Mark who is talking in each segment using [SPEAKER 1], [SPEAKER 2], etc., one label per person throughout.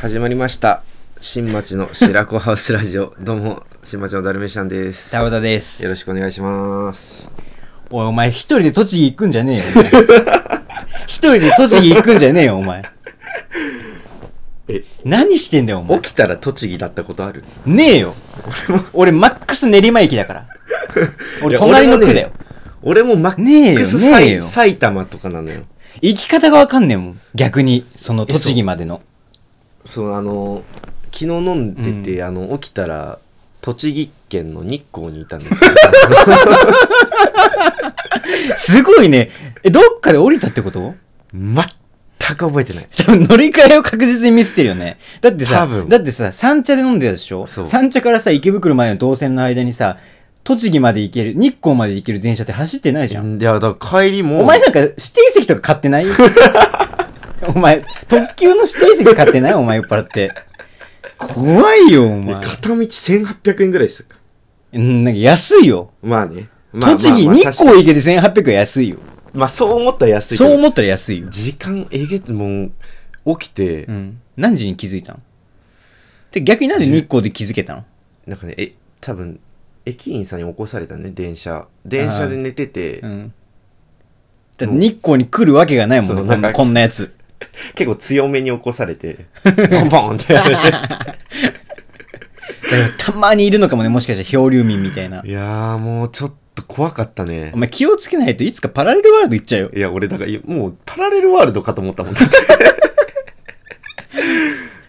[SPEAKER 1] 始まりました新町の白子ハウスラジオどうも新町のダルメシャンです
[SPEAKER 2] 田
[SPEAKER 1] よ
[SPEAKER 2] 畑です。
[SPEAKER 1] ろしくお願いします
[SPEAKER 2] おい、お前一人で栃木行くんじゃねえよ。 一人で栃木行くんじゃねえよ、お前。
[SPEAKER 1] え
[SPEAKER 2] 何してんだよ、お前。
[SPEAKER 1] 起きたら栃木だったことある
[SPEAKER 2] ねえよ。俺、マックス練馬駅 だから。
[SPEAKER 1] い
[SPEAKER 2] 俺、
[SPEAKER 1] や
[SPEAKER 2] 隣の区だ
[SPEAKER 1] 俺
[SPEAKER 2] よ
[SPEAKER 1] は。俺もマ
[SPEAKER 2] ねえ
[SPEAKER 1] ッ
[SPEAKER 2] よ
[SPEAKER 1] クス
[SPEAKER 2] ねえ
[SPEAKER 1] 埼
[SPEAKER 2] よ
[SPEAKER 1] 埼玉とかなのよ
[SPEAKER 2] 行き方がわかんねえもん。逆に、その栃木までの。
[SPEAKER 1] そうあの昨日飲んでて、あの起きたら栃木県の日光にいたん ですけど
[SPEAKER 2] すごいね。え、どっかで降りたってこと
[SPEAKER 1] 全く覚えてない
[SPEAKER 2] 多分乗り換えを確実にミスってるよね。だって
[SPEAKER 1] 多
[SPEAKER 2] さ
[SPEAKER 1] 分、
[SPEAKER 2] だってさ、三茶で飲んでたでしょ
[SPEAKER 1] そう
[SPEAKER 2] 三茶からさ、池袋までの動線の間にさ、栃木まで行ける、日光まで行ける電車って走ってないじゃん。
[SPEAKER 1] いやだから帰りも
[SPEAKER 2] お前なんか指定席とか買っ てないお前、特急の指定席買ってないお前酔っ払って。怖いよ、お前。
[SPEAKER 1] 片道1800円ぐらいです
[SPEAKER 2] うん、なんか安いよ。
[SPEAKER 1] まあね、まあ、
[SPEAKER 2] 栃木、
[SPEAKER 1] まあまあ
[SPEAKER 2] 日光行けて1800円安いよ。
[SPEAKER 1] まあそう思ったら安いけ
[SPEAKER 2] そう
[SPEAKER 1] ど
[SPEAKER 2] 思ったら安いよ。
[SPEAKER 1] 時間えげつもう起きて、
[SPEAKER 2] うん。何時に気づいたので、逆になんで日光で気づけたの
[SPEAKER 1] なんかねえ多分駅員さんに起こされたね電車電車で寝てて、
[SPEAKER 2] うん。だって日光に来るわけがないもん
[SPEAKER 1] そ
[SPEAKER 2] ね、
[SPEAKER 1] う
[SPEAKER 2] こん
[SPEAKER 1] な
[SPEAKER 2] な
[SPEAKER 1] か
[SPEAKER 2] んこんなやつ。
[SPEAKER 1] 結構強めに起こされ てポンポンってやられて
[SPEAKER 2] だからたまにいるのかもね、もしかしたら漂流民みたいな。
[SPEAKER 1] いやーもうちょっと怖かったね
[SPEAKER 2] お前気をつけないといつかパラレルワールド行っちゃうよ。
[SPEAKER 1] いや俺だからいもうパラレルワールドかと思ったもん ち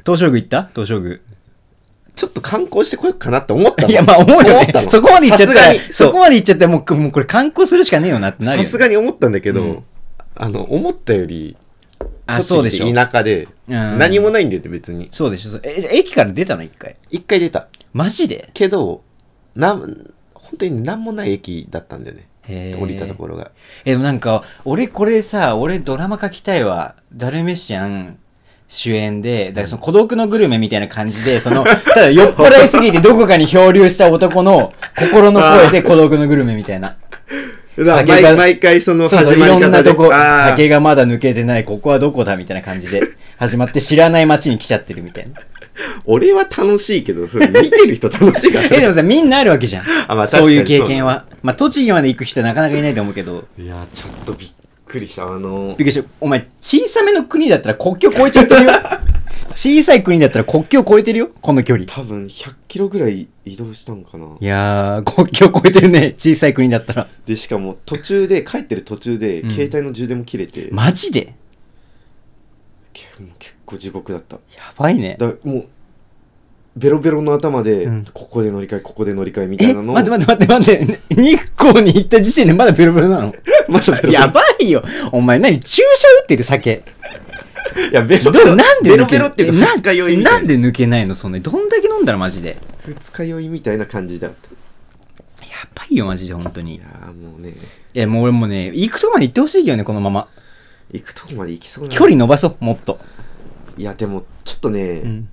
[SPEAKER 2] 東照宮行った東照宮。
[SPEAKER 1] ょっと観光してこようかなって思ったもん
[SPEAKER 2] いや、まあ思うよ
[SPEAKER 1] 思った
[SPEAKER 2] ね。
[SPEAKER 1] の
[SPEAKER 2] そこまで行っちゃったら
[SPEAKER 1] さすがに、そう
[SPEAKER 2] そこまで行っちゃったらもう、もうこれ観光するしかねえよなってなる
[SPEAKER 1] さ
[SPEAKER 2] よ、ね。
[SPEAKER 1] すがに思ったんだけど、
[SPEAKER 2] うん
[SPEAKER 1] あの思ったより
[SPEAKER 2] あ、そうでしょ
[SPEAKER 1] 栃木。田舎で
[SPEAKER 2] うん
[SPEAKER 1] 何もないんだよね別に
[SPEAKER 2] そうでしょ。そうえ、じゃあ駅から出たの一回。
[SPEAKER 1] 一回出た
[SPEAKER 2] マジで
[SPEAKER 1] けどなん本当に何もない駅だったんだよね
[SPEAKER 2] へー
[SPEAKER 1] 降りたところが
[SPEAKER 2] え、でもなんか、俺これさ、俺ドラマ書きたいわ。ダルメシアン主演で、だからその孤独のグルメみたいな感じで、そ の、ただ酔っ払いすぎてどこかに漂流した男の心の声で孤独のグルメみたいな。酒が
[SPEAKER 1] 毎毎回その
[SPEAKER 2] そうそ
[SPEAKER 1] 始
[SPEAKER 2] うい
[SPEAKER 1] まり
[SPEAKER 2] ろん
[SPEAKER 1] 方
[SPEAKER 2] な
[SPEAKER 1] で
[SPEAKER 2] とこ、
[SPEAKER 1] あー
[SPEAKER 2] 酒がまだ抜けてない、ここはどこだみたいな感じで、始まって知らない街に来ちゃってるみ たいな。
[SPEAKER 1] 俺は楽しいけどそれ見てる人楽しいからそ
[SPEAKER 2] え、で
[SPEAKER 1] れ
[SPEAKER 2] もさ、みんなあるわけじゃん。
[SPEAKER 1] あまあ
[SPEAKER 2] そういう
[SPEAKER 1] 確かに
[SPEAKER 2] 経験は。まあ、栃木まで行く人はなかなかいないと思うけど、
[SPEAKER 1] いやちょっとびっくりしたあの
[SPEAKER 2] びっくりした。お前、小さめの国だったら国境越えち ゃってるよ。小さい国だったら国境越えてるよ、この距離。
[SPEAKER 1] 多分100キロぐらい移動したんかない
[SPEAKER 2] やー、国境越えてるね、小さい国だったら。
[SPEAKER 1] でしかも途中で帰ってる途中で
[SPEAKER 2] うん
[SPEAKER 1] 携帯の充電も切れて、
[SPEAKER 2] マジで
[SPEAKER 1] けもう結構地獄だった
[SPEAKER 2] やばいね。
[SPEAKER 1] だからもうベロベロの頭で、
[SPEAKER 2] うん
[SPEAKER 1] ここで乗り換えここで乗り換えみた
[SPEAKER 2] え、
[SPEAKER 1] いなのを
[SPEAKER 2] 待って待って待って待って、日光に行った時点でまだベロベロなの
[SPEAKER 1] まだベロベロ
[SPEAKER 2] やばいよ。お前何注射打ってる酒。
[SPEAKER 1] いや、ベ
[SPEAKER 2] ど
[SPEAKER 1] ロベロ、
[SPEAKER 2] う、なんで
[SPEAKER 1] ベ
[SPEAKER 2] 抜
[SPEAKER 1] ロ
[SPEAKER 2] け
[SPEAKER 1] ベロっていうか、二日酔いみた
[SPEAKER 2] ない
[SPEAKER 1] な。
[SPEAKER 2] んで抜けないのそんな。どんだけ飲んだらマジで。や
[SPEAKER 1] 二日酔いみたいな感じだった。い
[SPEAKER 2] ばいよ、マジで、本当に。い
[SPEAKER 1] やーもうね、
[SPEAKER 2] や、もう俺もね、行くとこまで行ってほしいよね、このまま。
[SPEAKER 1] 行くとこまで行きそうな。
[SPEAKER 2] 距離伸ばそう、もっと。
[SPEAKER 1] いや、でも、ちょっとね、
[SPEAKER 2] うん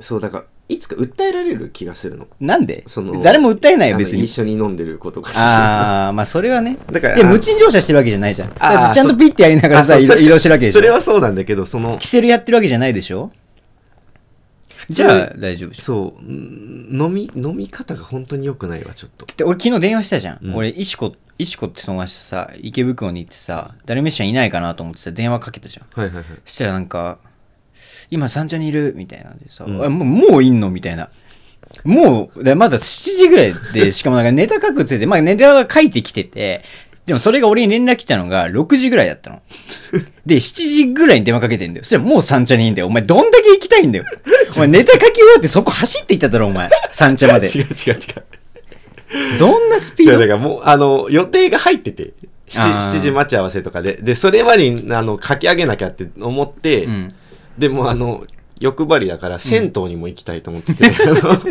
[SPEAKER 1] そう、だから、いつか訴えられる気がするの。
[SPEAKER 2] なんで
[SPEAKER 1] その
[SPEAKER 2] 誰も訴えない
[SPEAKER 1] あの
[SPEAKER 2] よ、別に
[SPEAKER 1] 一。緒に飲んでることが。
[SPEAKER 2] あー、まあそれはね。
[SPEAKER 1] だから
[SPEAKER 2] で、
[SPEAKER 1] あの
[SPEAKER 2] 無賃乗車してるわけじゃないじゃん。だ
[SPEAKER 1] あー
[SPEAKER 2] ってちゃんとピッてやりながらさ、
[SPEAKER 1] あ
[SPEAKER 2] 移
[SPEAKER 1] そう
[SPEAKER 2] 動移動してるわけでしょ。
[SPEAKER 1] それはそうなんだけど、その、
[SPEAKER 2] キセルやってるわけじゃないでしょ
[SPEAKER 1] 通
[SPEAKER 2] じゃあ、大丈夫でしょ。
[SPEAKER 1] そう、ん飲み、飲み方が本当に良くないわ、ちょっと。
[SPEAKER 2] で、俺昨日電話したじゃん。
[SPEAKER 1] うん
[SPEAKER 2] 俺、石子、石子って友達とさ、池袋に行ってさ、誰メシアンいないかなと思ってさ、電話かけたじゃん。
[SPEAKER 1] はいはいはい。
[SPEAKER 2] そしたらなんか、今三茶にいるみたいなんでさ、
[SPEAKER 1] うん
[SPEAKER 2] あもうもういんのみたいな。もう、だまだ7時ぐらいで、 しかもなんかネタ書くついて、まあネタが書いてきてて、でもそれが俺に連絡来たのが6時ぐらいだったの。 で、7時ぐらいに電話かけてんだよ。そしたらもう三茶にいんだよ。お前どんだけ行きたいん だよ。お前ネタ書き終わってそこ走っていっただろ、お前。三茶ま で。
[SPEAKER 1] 違う違う違う。
[SPEAKER 2] どんなスピ
[SPEAKER 1] いや
[SPEAKER 2] ー
[SPEAKER 1] だ
[SPEAKER 2] ド
[SPEAKER 1] からもう、あの、予定が入ってて、
[SPEAKER 2] あ
[SPEAKER 1] 7,
[SPEAKER 2] ー
[SPEAKER 1] 7時待ち合わせとかで、で、それまでに、あの、書き上げなきゃって思って、
[SPEAKER 2] うん。
[SPEAKER 1] でもあの、欲張りだから、銭湯にも行きたいと思ってて、あの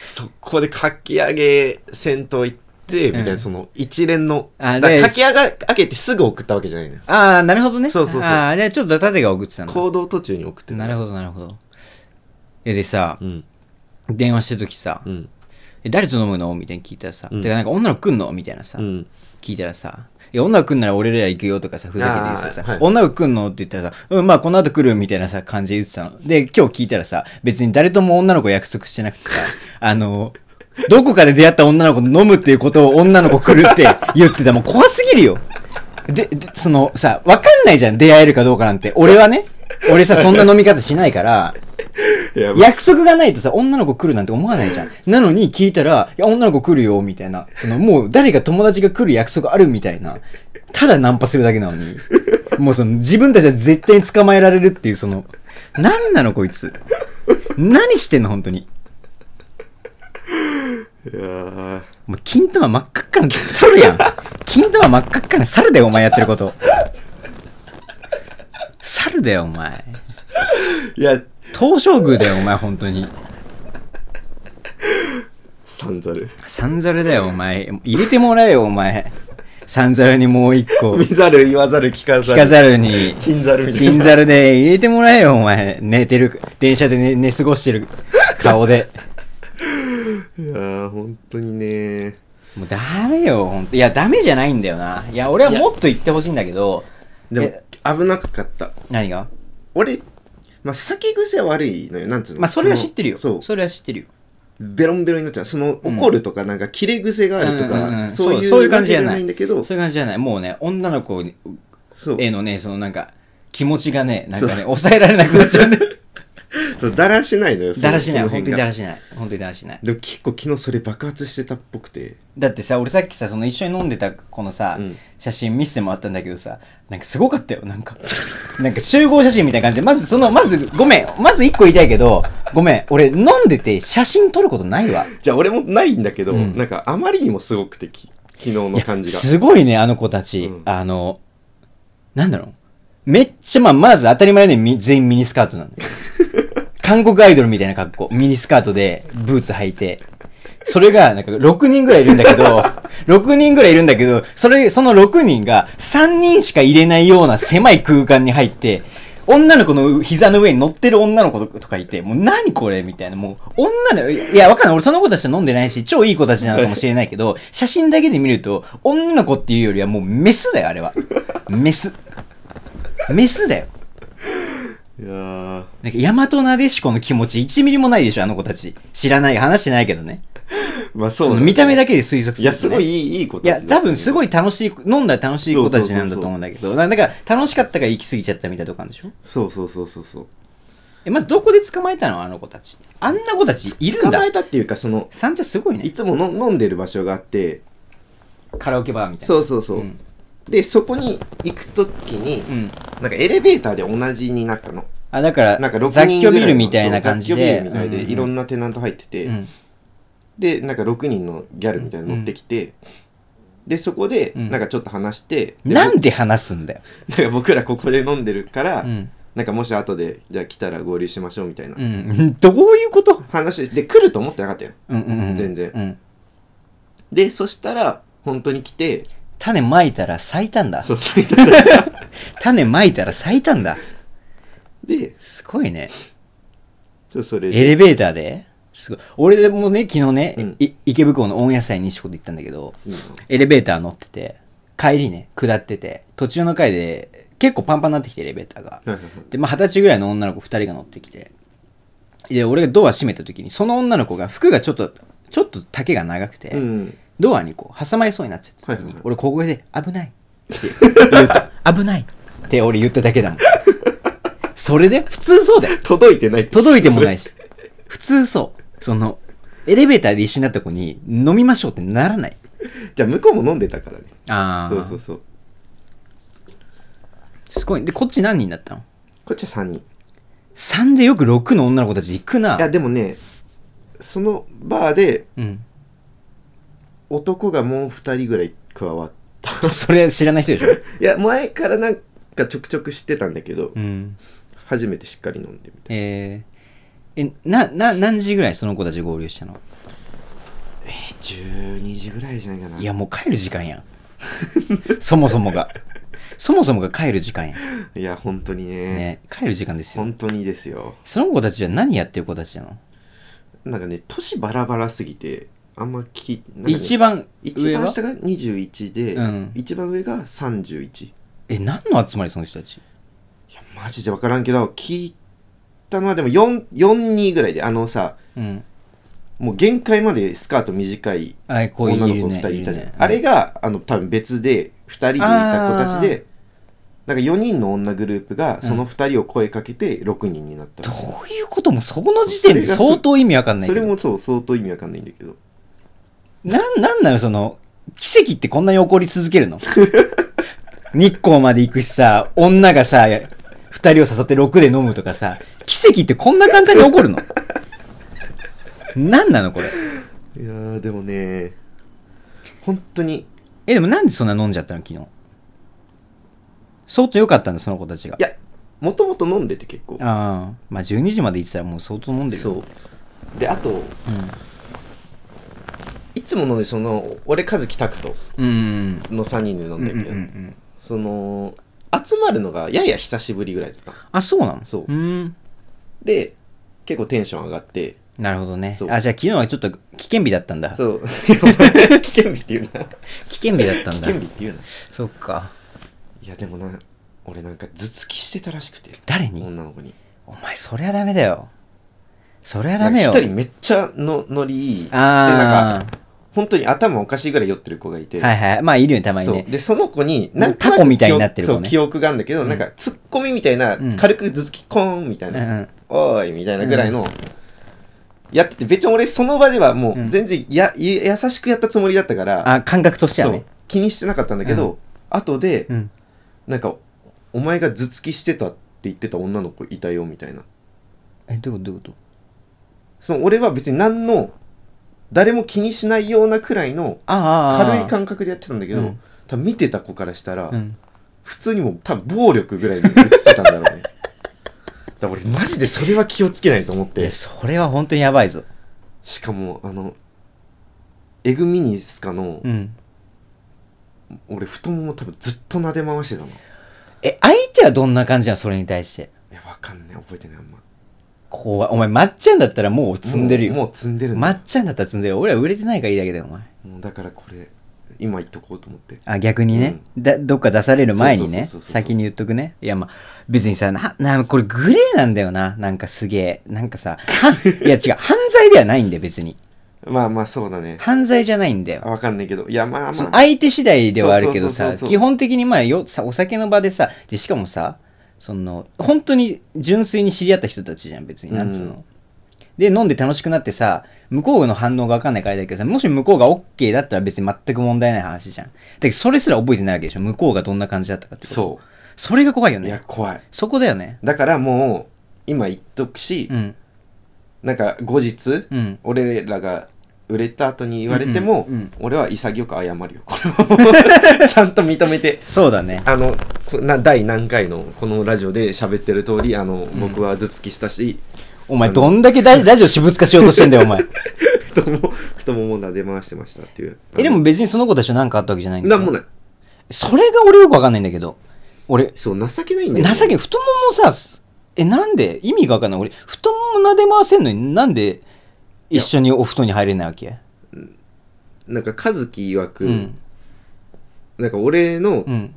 [SPEAKER 1] そこで書き上げ、銭湯行って、みたいな、
[SPEAKER 2] うん
[SPEAKER 1] その、一連の、
[SPEAKER 2] あ
[SPEAKER 1] だから書
[SPEAKER 2] で
[SPEAKER 1] き上が上げてすぐ送ったわけじゃないのよ。
[SPEAKER 2] ああ、なるほどね。
[SPEAKER 1] そうそうそう
[SPEAKER 2] ああ、じゃあちょっと縦が送ってたんだ。
[SPEAKER 1] 行動途中に送って
[SPEAKER 2] なる
[SPEAKER 1] ほ
[SPEAKER 2] ほど、なるほど。え、でさ、
[SPEAKER 1] ど。うん。
[SPEAKER 2] 電話してるときさ、
[SPEAKER 1] うん。
[SPEAKER 2] え誰と飲むのみたいに聞いたらさ、
[SPEAKER 1] うん
[SPEAKER 2] てかなんか女の子来んのみたいなさ、
[SPEAKER 1] うん。
[SPEAKER 2] 聞いたらさ、いや、女が来んなら俺ら行くよとかさ、ふざけて言ってさ、
[SPEAKER 1] あーはい
[SPEAKER 2] 女が来んのって言ったらさ、うん、まあこの後来るみたいなさ、感じで言ってたの。で、今日聞いたらさ、別に誰とも女の子約束してなくて さ、あの、どこかで出会った女の子と飲むっていうことを女の子来るって言ってた。もう怖すぎるよ。で、でそのさ、わかんないじゃん、出会えるかどうかなんて。俺はね、俺さ、そんな飲み方しないから、
[SPEAKER 1] いやまあ
[SPEAKER 2] 約束がないとさ、女の子来るなんて思わないじゃん。なのに聞いたら、いや、女の子来るよ、みたいな。その、もう誰か友達が来る約束あるみたいな。ただナンパするだけなのに。もうその、自分たちは絶対に捕まえられるっていう、その、なんなのこいつ。何してんの、本当に。
[SPEAKER 1] いやー
[SPEAKER 2] もう、金玉真っ赤っかな猿やん。金玉真っ赤っかな猿だよ、お前やってること。猿だよ、お前。
[SPEAKER 1] いや
[SPEAKER 2] 東照宮だよ、お前、本当に。
[SPEAKER 1] サンザル
[SPEAKER 2] サンザルだよ、お前。入れてもらえよ、お前。サンザルにもう一個
[SPEAKER 1] 見。ざる言わざる聞かざ
[SPEAKER 2] 聞
[SPEAKER 1] る
[SPEAKER 2] かざるに。
[SPEAKER 1] チンザルみたい
[SPEAKER 2] チ
[SPEAKER 1] な
[SPEAKER 2] ンザルで入れてもらえよ、お前。寝てる、電車で寝寝過ごしてる顔で。
[SPEAKER 1] いやー本当にね
[SPEAKER 2] もうダメよ、ほんと。いや、ダメじゃないんだよな。いや、俺はもっと言ってほしいんだけど。
[SPEAKER 1] でも
[SPEAKER 2] え
[SPEAKER 1] 危なかった
[SPEAKER 2] 何が
[SPEAKER 1] 俺まあ酒癖悪いのよなんつうの
[SPEAKER 2] まあ、それは知ってるよ。
[SPEAKER 1] そ
[SPEAKER 2] そうれは知ってるよ。
[SPEAKER 1] ベロンベロンになっちゃうその怒るとかなんか切れ癖があると
[SPEAKER 2] うんうんう
[SPEAKER 1] か
[SPEAKER 2] ん
[SPEAKER 1] そう
[SPEAKER 2] そう
[SPEAKER 1] いう
[SPEAKER 2] そういう感じじゃない
[SPEAKER 1] わけんだけど
[SPEAKER 2] そういう感じじゃない。もうね、女の子に
[SPEAKER 1] そう
[SPEAKER 2] へのね、そのなんか、気持ちがね、なんかね、
[SPEAKER 1] そう
[SPEAKER 2] 抑えられなくなっちゃうね。
[SPEAKER 1] そうだらしないのよその
[SPEAKER 2] だらしない。
[SPEAKER 1] その
[SPEAKER 2] 本
[SPEAKER 1] 辺
[SPEAKER 2] 当
[SPEAKER 1] が
[SPEAKER 2] にだらしない。本当にだらしない。
[SPEAKER 1] でも結構昨日それ爆発してたっぽくて
[SPEAKER 2] だってさ俺さっきさその一緒に飲んでたこのさ、
[SPEAKER 1] うん
[SPEAKER 2] 写真見せてもらったんだけどさなんかすごかったよなんか なんか集合写真みたいな感じでまずそのまずごめんまず一個言いたいけ どごめん俺飲んでて写真撮ることない わ
[SPEAKER 1] じゃあ俺もないんだけど、
[SPEAKER 2] うん
[SPEAKER 1] なんかあまりにもすごくてき昨日の感じ
[SPEAKER 2] い
[SPEAKER 1] が
[SPEAKER 2] やすごいねあの子たち、
[SPEAKER 1] うん
[SPEAKER 2] あのなんだろうめっちゃまあまず当たり前のようにみ全員ミニスカートなのよ韓国アイドルみたいな格好ミニスカートでブーツ履いてそれが、なんか、6人ぐらいいるんだけど、6人ぐらいいるんだけど、それ、その6人が、3人しか入れないような狭い空間に入って、女の子の膝の上に乗ってる女の子とかいて、もう何これみたいな、もう、女の、いや、わかんない。俺その子たちと飲んでないし、超いい子たちなのかもしれないけど、写真だけで見ると、女の子っていうよりはもうメスだよ、あれは。メス。メスだよ。
[SPEAKER 1] いやー
[SPEAKER 2] なんか、ヤマトナデシコの気持ち1ミリもないでしょ、あの子たち。知らない、話してないけどね。
[SPEAKER 1] まあそ
[SPEAKER 2] そうの
[SPEAKER 1] なんだ
[SPEAKER 2] 見た目だけで推測する、ね。
[SPEAKER 1] いやすごいいいいい子た
[SPEAKER 2] い
[SPEAKER 1] ちだ
[SPEAKER 2] や、
[SPEAKER 1] った
[SPEAKER 2] 多分すご
[SPEAKER 1] い
[SPEAKER 2] い楽しい、飲んだら楽しい子たちなんだと思うんだけど、なだから楽しかったから行き過ぎちゃったみたいなとこあるんでしょ
[SPEAKER 1] そうそうそうそうそう
[SPEAKER 2] え、まずどこで捕まえたのあの子たち。あんな子たちいるん
[SPEAKER 1] 捕
[SPEAKER 2] だ
[SPEAKER 1] ま。えたっていうかその
[SPEAKER 2] 三茶すごい
[SPEAKER 1] い
[SPEAKER 2] ね。
[SPEAKER 1] つもの飲んでる場所があって
[SPEAKER 2] カラオケバーみたいな。
[SPEAKER 1] そうそうそう、
[SPEAKER 2] ん
[SPEAKER 1] でそこに行くときに、
[SPEAKER 2] うん。
[SPEAKER 1] なんかエレベーターで同じになったの
[SPEAKER 2] あ、だから、
[SPEAKER 1] なんか6
[SPEAKER 2] 雑
[SPEAKER 1] 人
[SPEAKER 2] 居
[SPEAKER 1] ぐらいの
[SPEAKER 2] ビルみたいな感じで。
[SPEAKER 1] そう雑居ビルみたいでいろん
[SPEAKER 2] な。
[SPEAKER 1] なテナント入ってて、
[SPEAKER 2] うん。
[SPEAKER 1] でなんか6人のギャルみたいなの乗ってきて、でそこで
[SPEAKER 2] うん
[SPEAKER 1] なんかちょっと話して、で
[SPEAKER 2] なんで話すんだよ。
[SPEAKER 1] だから僕らここで飲んでるから、
[SPEAKER 2] うん。
[SPEAKER 1] なんかもし後でじゃあ来たら合流しましょうみたいな
[SPEAKER 2] うん。どういうこと
[SPEAKER 1] 話で来ると思ってなかったよ
[SPEAKER 2] うんうんうん。
[SPEAKER 1] 全然
[SPEAKER 2] うん。
[SPEAKER 1] でそしたら本当に来て
[SPEAKER 2] 種まいたら咲いたんだ。
[SPEAKER 1] そう斉藤さん
[SPEAKER 2] 種まいたら咲いたんだ。
[SPEAKER 1] です
[SPEAKER 2] ごいね。
[SPEAKER 1] そうそれで
[SPEAKER 2] エレベーターですごい。俺でもね、昨日ね、
[SPEAKER 1] うん
[SPEAKER 2] い池袋の温野菜にしこで行ったんだけど、
[SPEAKER 1] いいの
[SPEAKER 2] エレベーター乗ってて、帰りね、下ってて、途中の階で、結構パンパンになってきて、エレベーターが。
[SPEAKER 1] はいはいはい
[SPEAKER 2] で、まあ、二十歳ぐらいの女の子二人が乗ってきて、で、俺がドア閉めた時に、その女の子が服がちょっと、ちょっと丈が長くて、
[SPEAKER 1] うん
[SPEAKER 2] ドアにこう、挟まりそうになっちゃった時
[SPEAKER 1] はい
[SPEAKER 2] に、
[SPEAKER 1] はいはい
[SPEAKER 2] 俺小声で、危ないって言った。危ないって俺言っただけだもん。それで、普通そうだよ。
[SPEAKER 1] 届いてない
[SPEAKER 2] 届いてもない
[SPEAKER 1] い
[SPEAKER 2] し。普通そう。その、エレベーターで一緒になった子に飲みましょうってならない。
[SPEAKER 1] じゃあ向こうも飲んでたからね
[SPEAKER 2] あ
[SPEAKER 1] そうそうそう
[SPEAKER 2] すごい。で、こっち何人だったの
[SPEAKER 1] こっちは3人い
[SPEAKER 2] ?3 でよく6の女の子たち行くな。
[SPEAKER 1] やでもねそのバーで
[SPEAKER 2] うん。
[SPEAKER 1] 男がもう2人ぐらい加わって
[SPEAKER 2] それ知らない人でしょ
[SPEAKER 1] いや前からなんかちょくちょく知ってたんだけど、
[SPEAKER 2] うん。
[SPEAKER 1] 初めてしっかり飲んでみた
[SPEAKER 2] えー、え、な、な、何時ぐらいその子たち合流したの
[SPEAKER 1] い12時ぐらいじゃないかない
[SPEAKER 2] や、もう帰る時間やん。そもそもが。そもそもが帰る時間やん。
[SPEAKER 1] いや本当にね
[SPEAKER 2] ね、帰る時間ですよ。
[SPEAKER 1] 本当にですよ
[SPEAKER 2] その子たちは何やってる子たちなの
[SPEAKER 1] なんかね年バラバラすぎてあんま聞きなんかね
[SPEAKER 2] 一番
[SPEAKER 1] 一
[SPEAKER 2] 上は
[SPEAKER 1] 番下が21で、
[SPEAKER 2] うん
[SPEAKER 1] 一番上が31い
[SPEAKER 2] え、何の集まりその人たち
[SPEAKER 1] やマジで分からんけど聞いたのはでも42ぐらいであのさ
[SPEAKER 2] うん。
[SPEAKER 1] もう限界までスカート短い
[SPEAKER 2] あこうい
[SPEAKER 1] 女
[SPEAKER 2] う
[SPEAKER 1] の子2
[SPEAKER 2] るね
[SPEAKER 1] 人いたじゃん、
[SPEAKER 2] るね
[SPEAKER 1] あれがあの多分別で2人でいた子たちでなんか4人の女グループがその2人を声かけて6人になった
[SPEAKER 2] ど
[SPEAKER 1] らしい、
[SPEAKER 2] ういうこともその時点で相当意味わかんない
[SPEAKER 1] そ
[SPEAKER 2] け
[SPEAKER 1] れ
[SPEAKER 2] ど。
[SPEAKER 1] もそう相当意味わかんないんだけど
[SPEAKER 2] なん、なんなのその、奇跡ってこんなに起こり続け るの日光まで行くしさ、女がさ、二人を誘って6で飲むとかさ、奇跡ってこんな簡単に起こる のなんなのこ
[SPEAKER 1] い
[SPEAKER 2] れ。
[SPEAKER 1] やーでもね本当に
[SPEAKER 2] え、でもなんでそんな飲んじゃったの昨日。相当良かったんだ、その子たちが。
[SPEAKER 1] いやもともと飲んでて結構
[SPEAKER 2] ああ、まあ12時まで行ってたらもう相当飲んでるよ。
[SPEAKER 1] そうであと
[SPEAKER 2] う
[SPEAKER 1] いつものでその俺和樹拓人
[SPEAKER 2] ん。うん。
[SPEAKER 1] の3人で飲
[SPEAKER 2] うん
[SPEAKER 1] ん
[SPEAKER 2] うん
[SPEAKER 1] だ
[SPEAKER 2] う
[SPEAKER 1] けど、
[SPEAKER 2] ん。
[SPEAKER 1] その集まるのがやや久しぶりぐらいだった
[SPEAKER 2] あ、そうなの
[SPEAKER 1] そう
[SPEAKER 2] うん。
[SPEAKER 1] で結構テンション上がって
[SPEAKER 2] なるほどね
[SPEAKER 1] そ。う
[SPEAKER 2] あ、じゃあ昨日はちょっと危険日だったんだ。
[SPEAKER 1] そう 危険日っていうな
[SPEAKER 2] 危険日だった
[SPEAKER 1] 危
[SPEAKER 2] んだ
[SPEAKER 1] 険。日っていうな
[SPEAKER 2] そっか。
[SPEAKER 1] いやでもな俺なんか頭突きしてたらしくて
[SPEAKER 2] 誰に
[SPEAKER 1] 女の子に
[SPEAKER 2] お前、そりゃダメだよ。そりゃダメ
[SPEAKER 1] な
[SPEAKER 2] よ。
[SPEAKER 1] んか一人めっちゃのノリいいでなん
[SPEAKER 2] あ
[SPEAKER 1] か本当に頭おかしいぐらい酔ってる子がいて、
[SPEAKER 2] あ。はいはい。まあ、いるよね、たまに
[SPEAKER 1] そう
[SPEAKER 2] ね。
[SPEAKER 1] でその子になんとな
[SPEAKER 2] タ
[SPEAKER 1] く
[SPEAKER 2] コみたいになってる子ね
[SPEAKER 1] そう記憶があるんだけど、
[SPEAKER 2] うん
[SPEAKER 1] なんかツッコミみたいな、
[SPEAKER 2] うん
[SPEAKER 1] 軽く頭突きコーンみたい
[SPEAKER 2] うん
[SPEAKER 1] な、
[SPEAKER 2] うん。
[SPEAKER 1] おーいみたいなぐらいの、やってて別に俺その場ではも
[SPEAKER 2] うん
[SPEAKER 1] う全然や、や優しくやったつもりだったから
[SPEAKER 2] あ、感覚としては
[SPEAKER 1] そ
[SPEAKER 2] ね
[SPEAKER 1] う。気にしてなかったんだけど、後で
[SPEAKER 2] うん。
[SPEAKER 1] なんか「お前が頭突きしてた」って言ってた女の子いたよみたいな
[SPEAKER 2] え、どういうことどういうこと
[SPEAKER 1] その俺は別に何の誰も気にしないようなくらいの
[SPEAKER 2] ああ。
[SPEAKER 1] 軽い感覚でやってたんだけど、
[SPEAKER 2] うん
[SPEAKER 1] 多分見てた子からしたら、
[SPEAKER 2] うん。
[SPEAKER 1] 普通にもう多分暴力ぐらいに映ってたんだろうねだ から俺マジでそれは気をつけないと思っ
[SPEAKER 2] い
[SPEAKER 1] て
[SPEAKER 2] や、それは本当にやばいぞ。
[SPEAKER 1] しかもあのエグミニスカの、
[SPEAKER 2] うん。
[SPEAKER 1] 俺太もも多分ずっと撫で回してたのい
[SPEAKER 2] え、相手はどんな感じなのそれに対して。
[SPEAKER 1] やわかんない覚えてないあんま
[SPEAKER 2] こう、お前、まっちゃんだったらもう積んでるよ。
[SPEAKER 1] もうもう積んでるん
[SPEAKER 2] ま
[SPEAKER 1] だ、
[SPEAKER 2] っちゃんだったら積んでるよ。俺は売れてないからいいだけだよ、お前。
[SPEAKER 1] もうだからこれ今言っとこうと思って
[SPEAKER 2] あ、逆にね、だ、どっか出される前にね、
[SPEAKER 1] そうそうそうそうそう
[SPEAKER 2] 先に言っとくね。いや、まあ、別にさ、な、な、これグレーなんだよな。なんかすげえ。なんかさ、はいや違う、犯罪ではないんだよ、別に。
[SPEAKER 1] まあまあそうだね
[SPEAKER 2] 犯罪じゃないんだよ。
[SPEAKER 1] わかんないけどいやまあ
[SPEAKER 2] その
[SPEAKER 1] まあ
[SPEAKER 2] 相手次第ではあるけど
[SPEAKER 1] そう
[SPEAKER 2] さ、
[SPEAKER 1] そうそうそう
[SPEAKER 2] 基本的にまあよ、さ、お酒の場でさ、で、しかもさ、その、本当に純粋に知り合った人たちじゃん、別に。なんつうの。
[SPEAKER 1] うん
[SPEAKER 2] で、飲んで楽しくなってさ、向こうの反応がわかんないからあれだけどさ、もし向こうが OK だったら別に全く問題ない話じゃん。だけど、それすら覚えてないわけでしょ向こうがどんな感じだったかってこと。
[SPEAKER 1] そ
[SPEAKER 2] それが怖いよ
[SPEAKER 1] ういや
[SPEAKER 2] ね。
[SPEAKER 1] 怖い
[SPEAKER 2] そこだよね。
[SPEAKER 1] だからもう今言っとくし、
[SPEAKER 2] うん。
[SPEAKER 1] なんか後日、
[SPEAKER 2] うん。
[SPEAKER 1] 俺らが売れた後に言われても、
[SPEAKER 2] うんうんうん
[SPEAKER 1] 俺は潔く謝るよこれは もうちゃんと認めて
[SPEAKER 2] そうだね。
[SPEAKER 1] あのこな第何回のこのラジオで喋ってる通りあの、僕は頭突きしたし
[SPEAKER 2] お前、
[SPEAKER 1] あの
[SPEAKER 2] どんだけ大ラジオ私物化しようとしてんだよ、お前。
[SPEAKER 1] 太もも太もも撫で回してましたっていう
[SPEAKER 2] え、で
[SPEAKER 1] あ
[SPEAKER 2] も別にその子たちは何かあったわけじゃないん
[SPEAKER 1] の
[SPEAKER 2] だよ
[SPEAKER 1] なんもない
[SPEAKER 2] それが俺よくわかんないんだけど。俺、
[SPEAKER 1] そう情けないんだよ、ね、
[SPEAKER 2] 情け、太ももさ、え、なんで意味がわかんない。俺、太もも撫で回せんのになんで一緒にお布団に入れないわけ
[SPEAKER 1] なんか和樹曰く、
[SPEAKER 2] うん。
[SPEAKER 1] なんか俺の、
[SPEAKER 2] うん。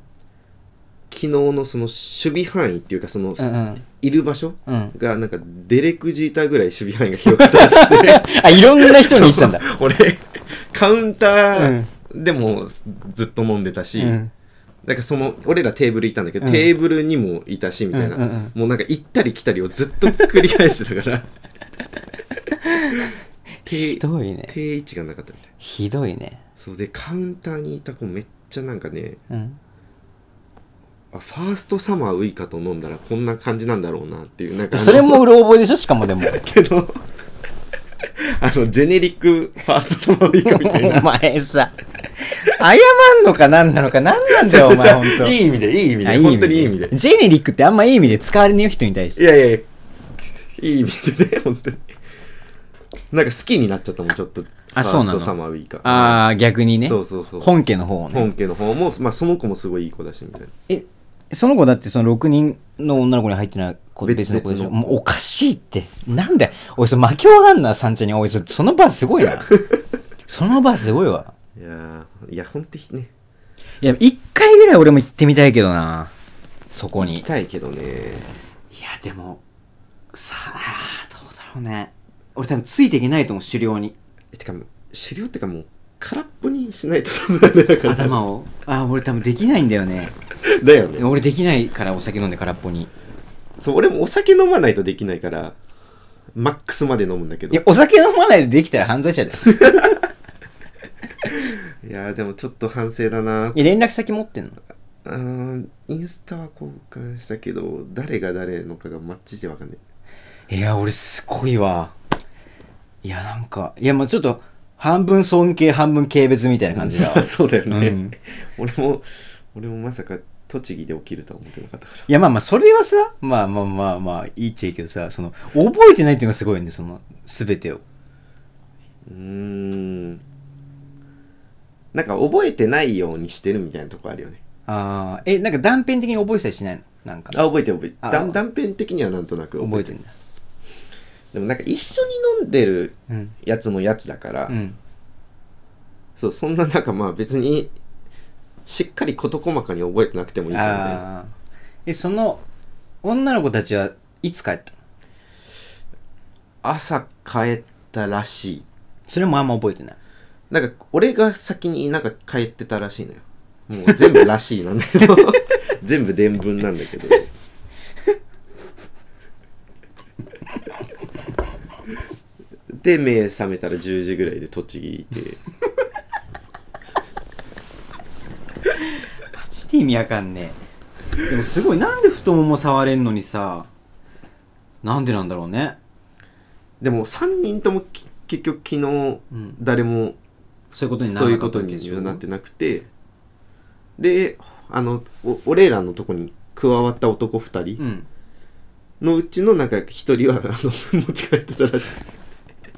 [SPEAKER 1] 昨日のその守備範囲っていうかその、
[SPEAKER 2] うんうん
[SPEAKER 1] いる場所
[SPEAKER 2] うん。
[SPEAKER 1] がなんかデレクジーターぐらい守備範囲が広かった らしくて
[SPEAKER 2] あ、いろんな人に言ってたんだ。
[SPEAKER 1] 俺カウンタ
[SPEAKER 2] う
[SPEAKER 1] ー
[SPEAKER 2] ん
[SPEAKER 1] でもずっと飲んでたし、
[SPEAKER 2] うん
[SPEAKER 1] なんかその俺らテーブル行ったんだけど、
[SPEAKER 2] うん
[SPEAKER 1] テーブルにもいたしみたいな、
[SPEAKER 2] うんうんうん
[SPEAKER 1] もうなんか行ったり来たりをずっと繰り返してたから
[SPEAKER 2] ひ
[SPEAKER 1] 定
[SPEAKER 2] どいね。
[SPEAKER 1] 定位置がなかったみたい
[SPEAKER 2] ひどいね。
[SPEAKER 1] そうでカウンターにいた子めっちゃなんかね
[SPEAKER 2] うん。
[SPEAKER 1] あファーストサマーウイカと飲んだらこんな感じなんだろうなっていうなんかあの
[SPEAKER 2] それもうろ覚えでしょしかもでも。
[SPEAKER 1] けど、 あの、ジェネリックファーストサマーウイカみたいな。
[SPEAKER 2] お前さ、謝んのか何なのか何なんだよ、お前、ほんと。
[SPEAKER 1] いい意味で、いい意味
[SPEAKER 2] あ
[SPEAKER 1] で、本当にいい意味で。
[SPEAKER 2] ジェネリックってあんまいい意味で使われねえよ、人に対し
[SPEAKER 1] い
[SPEAKER 2] て。
[SPEAKER 1] やいやいや、いい意味でね、本当に。なんか好きになっちゃったもん、ちょっと。
[SPEAKER 2] あ
[SPEAKER 1] ファー
[SPEAKER 2] そうな
[SPEAKER 1] スト
[SPEAKER 2] の
[SPEAKER 1] サマーウイカ。
[SPEAKER 2] ああ、逆にね。
[SPEAKER 1] そうそうそう。
[SPEAKER 2] 本家の方をね。
[SPEAKER 1] 本家の方も、まあその子もすごいいい子だし、みたいな。
[SPEAKER 2] え、その子だってその6人の女の子に入ってない子
[SPEAKER 1] 別
[SPEAKER 2] 別の子でし
[SPEAKER 1] 別
[SPEAKER 2] ょ
[SPEAKER 1] の子
[SPEAKER 2] もうお かしいって。なんで、おい、それ、負けわかんな、三茶に。おい、それその場すごいな。そのバーすごいわ。
[SPEAKER 1] いやーいやほんとね
[SPEAKER 2] いや、一回ぐらい俺も行ってみたいけどな。そこに。
[SPEAKER 1] 行きたいけどね
[SPEAKER 2] いや、でも、さあ、どうだろうね。俺多分ついていけないと思う、狩猟に。
[SPEAKER 1] えてか狩猟ってかもう空っぽにしないとダメだ から
[SPEAKER 2] 頭を。あ、俺多分できないんだよね。
[SPEAKER 1] だよね
[SPEAKER 2] 俺できないからお酒飲んで空っぽに。
[SPEAKER 1] そう俺もお酒飲まないとできないからマックスまで飲むんだけど
[SPEAKER 2] いや、お酒飲まないでできたら犯罪者だよ。
[SPEAKER 1] いやーでもちょっと反省だない
[SPEAKER 2] や、連絡先持ってんの
[SPEAKER 1] うーんインスタは交換したけど誰が誰のかがマッチしてわかんない。
[SPEAKER 2] いや、俺すごいわ。いや、なんか、いや、もうちょっと、半分尊敬、半分軽蔑みたいな感じだわ
[SPEAKER 1] そうだよね、
[SPEAKER 2] うん
[SPEAKER 1] 俺も俺もまさか栃木で起きるとは思ってなかったから
[SPEAKER 2] いや、まあまあ、それはさ、まあまあまあまあ、いいっちゃいいけどさ、その、覚えてないっていうのがすごいよね、その、すべてを。
[SPEAKER 1] うーんなんか覚えてないようにしてるみたいなとこあるよね
[SPEAKER 2] ああ、え、なんか断片的に覚えてたりしないのなんか。
[SPEAKER 1] あ覚えてる覚えて
[SPEAKER 2] あ
[SPEAKER 1] る断断片的にはなんとなく
[SPEAKER 2] 覚えてんだ。
[SPEAKER 1] でもなんか一緒に飲んでる
[SPEAKER 2] うん。
[SPEAKER 1] やつもやつだから、
[SPEAKER 2] うん。
[SPEAKER 1] そうそんななんかまあ別にしっかり事細かに覚えてなくてもいいからね
[SPEAKER 2] ああ。え、その、女の子たちはいつ帰ったの
[SPEAKER 1] 朝帰ったらしい
[SPEAKER 2] それもあんま覚えてない。
[SPEAKER 1] なんか俺が先になんか帰ってたらしいのよもう全部らしいなんだけど全部伝聞なんだけどで目覚めたら10時ぐらいで栃木いて
[SPEAKER 2] マジで意味わかんねえ。でもすごい、なんで太もも触れんのにさ、なんでなんだろうね。
[SPEAKER 1] でも3人ともき結局昨日
[SPEAKER 2] うん。
[SPEAKER 1] 誰も
[SPEAKER 2] そういうことにな
[SPEAKER 1] そういうこと
[SPEAKER 2] でし
[SPEAKER 1] に
[SPEAKER 2] ょ
[SPEAKER 1] はなってなくてであのお俺らのとこに加わった男2人
[SPEAKER 2] うん。
[SPEAKER 1] のうちのなんか一人はあの持ち帰ってたらしい。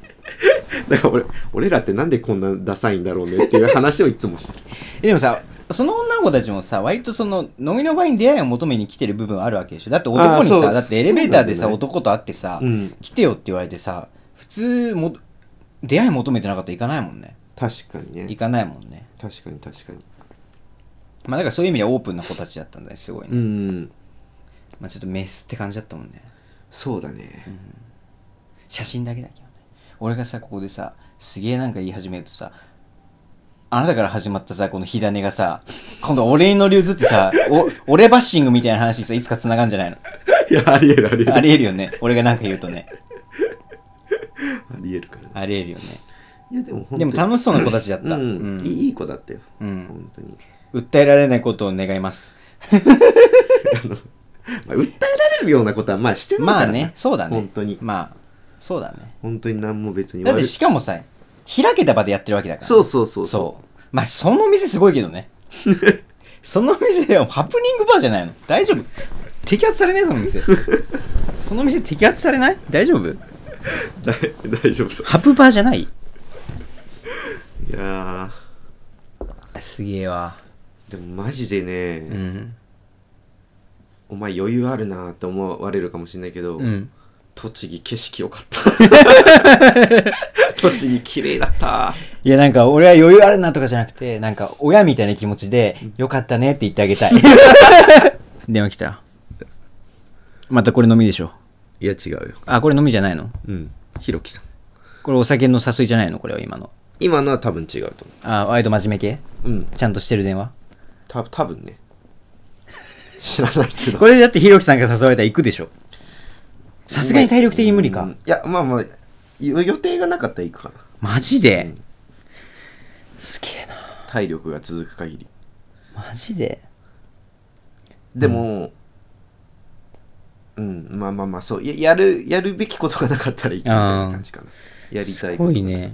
[SPEAKER 1] だから俺俺らってなんでこんなダサいんだろうねっていう話をいつもしてる。
[SPEAKER 2] えでもさその女の子たちもさ割とその飲みの場に出会いを求めに来てる部分あるわけでしょだって男
[SPEAKER 1] あー
[SPEAKER 2] に
[SPEAKER 1] そう
[SPEAKER 2] さだってエレベーターでさ、
[SPEAKER 1] そうなんだよ
[SPEAKER 2] 男と会ってさ、
[SPEAKER 1] うん、
[SPEAKER 2] 来てよって言われてさ普通も出会い求めてなかったら行かないもんね
[SPEAKER 1] 確かに
[SPEAKER 2] 行
[SPEAKER 1] ね。
[SPEAKER 2] かないもんね
[SPEAKER 1] 確かに確かに。
[SPEAKER 2] まあだからそういう意味ではオープンな子たちだったんだよすごいね、
[SPEAKER 1] うん、
[SPEAKER 2] まあちょっとメスって感じだったもんね
[SPEAKER 1] そうだね。
[SPEAKER 2] 写真だけだけどね俺がさここでさすげえなんか言い始めるとさあなたから始まったさこの火種がさ今度俺の流ずってさお俺バッシングみたいな話にさいつか繋がんじゃないの
[SPEAKER 1] いや、ありえるありえる。
[SPEAKER 2] ありえるよね。俺がなんか言うとね。
[SPEAKER 1] ありえるからね。
[SPEAKER 2] ありえるよね。
[SPEAKER 1] いや、でも本
[SPEAKER 2] でも楽しそうな子たちだっ
[SPEAKER 1] う
[SPEAKER 2] た。
[SPEAKER 1] ん、
[SPEAKER 2] うん
[SPEAKER 1] いいいい子だったよ。
[SPEAKER 2] うん
[SPEAKER 1] 本当に。
[SPEAKER 2] 訴えられないことを願います。
[SPEAKER 1] まあ、訴えられるようなことはまあしてないか
[SPEAKER 2] ま
[SPEAKER 1] ら
[SPEAKER 2] あね、そうだね。
[SPEAKER 1] 本当に
[SPEAKER 2] まあ、そうだね。
[SPEAKER 1] 本当に何も別に
[SPEAKER 2] だっ
[SPEAKER 1] 悪
[SPEAKER 2] て
[SPEAKER 1] い。
[SPEAKER 2] しかもさ、開けた場でやってるわけだからね、
[SPEAKER 1] そうそうそうそう
[SPEAKER 2] そう。まあ、その店すごいけど ね。その店はハプニングバーじゃないの大丈夫摘発されないその 店。その店摘発されない大丈夫
[SPEAKER 1] だ大丈夫そう。
[SPEAKER 2] ハプバーじゃない
[SPEAKER 1] いや
[SPEAKER 2] すげえわ。
[SPEAKER 1] ーでもマジでね、
[SPEAKER 2] うん。
[SPEAKER 1] お前余裕あるなって思われるかもしれないけど、
[SPEAKER 2] うん。
[SPEAKER 1] 栃木景色良かった 栃木綺麗だった
[SPEAKER 2] いやなんか俺は余裕あるなとかじゃなくてなんか親みたいな気持ちでよかったねって言ってあげ たい電話来たまたこれ飲みでしょ
[SPEAKER 1] いや違うよ
[SPEAKER 2] あこれ飲みじゃないの
[SPEAKER 1] うんひろきさん
[SPEAKER 2] これお酒の誘いじゃないのこれは今の
[SPEAKER 1] 今のは多分違うと思
[SPEAKER 2] あワイド真面目系
[SPEAKER 1] ううん
[SPEAKER 2] ちゃんとしてる電話
[SPEAKER 1] た多分ね知らないけど
[SPEAKER 2] これだってひろきさんが誘われたら行くでしょさすがに体力的に無理か、
[SPEAKER 1] うんいやまあまあよ予定がなかったら行くかな
[SPEAKER 2] マジで、すげえな
[SPEAKER 1] 体力が続く限り
[SPEAKER 2] マジで
[SPEAKER 1] でもうん、まあまあまあそうややるやるべきことがなかったら行くみたいな感じかなやりたい
[SPEAKER 2] す
[SPEAKER 1] こと
[SPEAKER 2] ごいね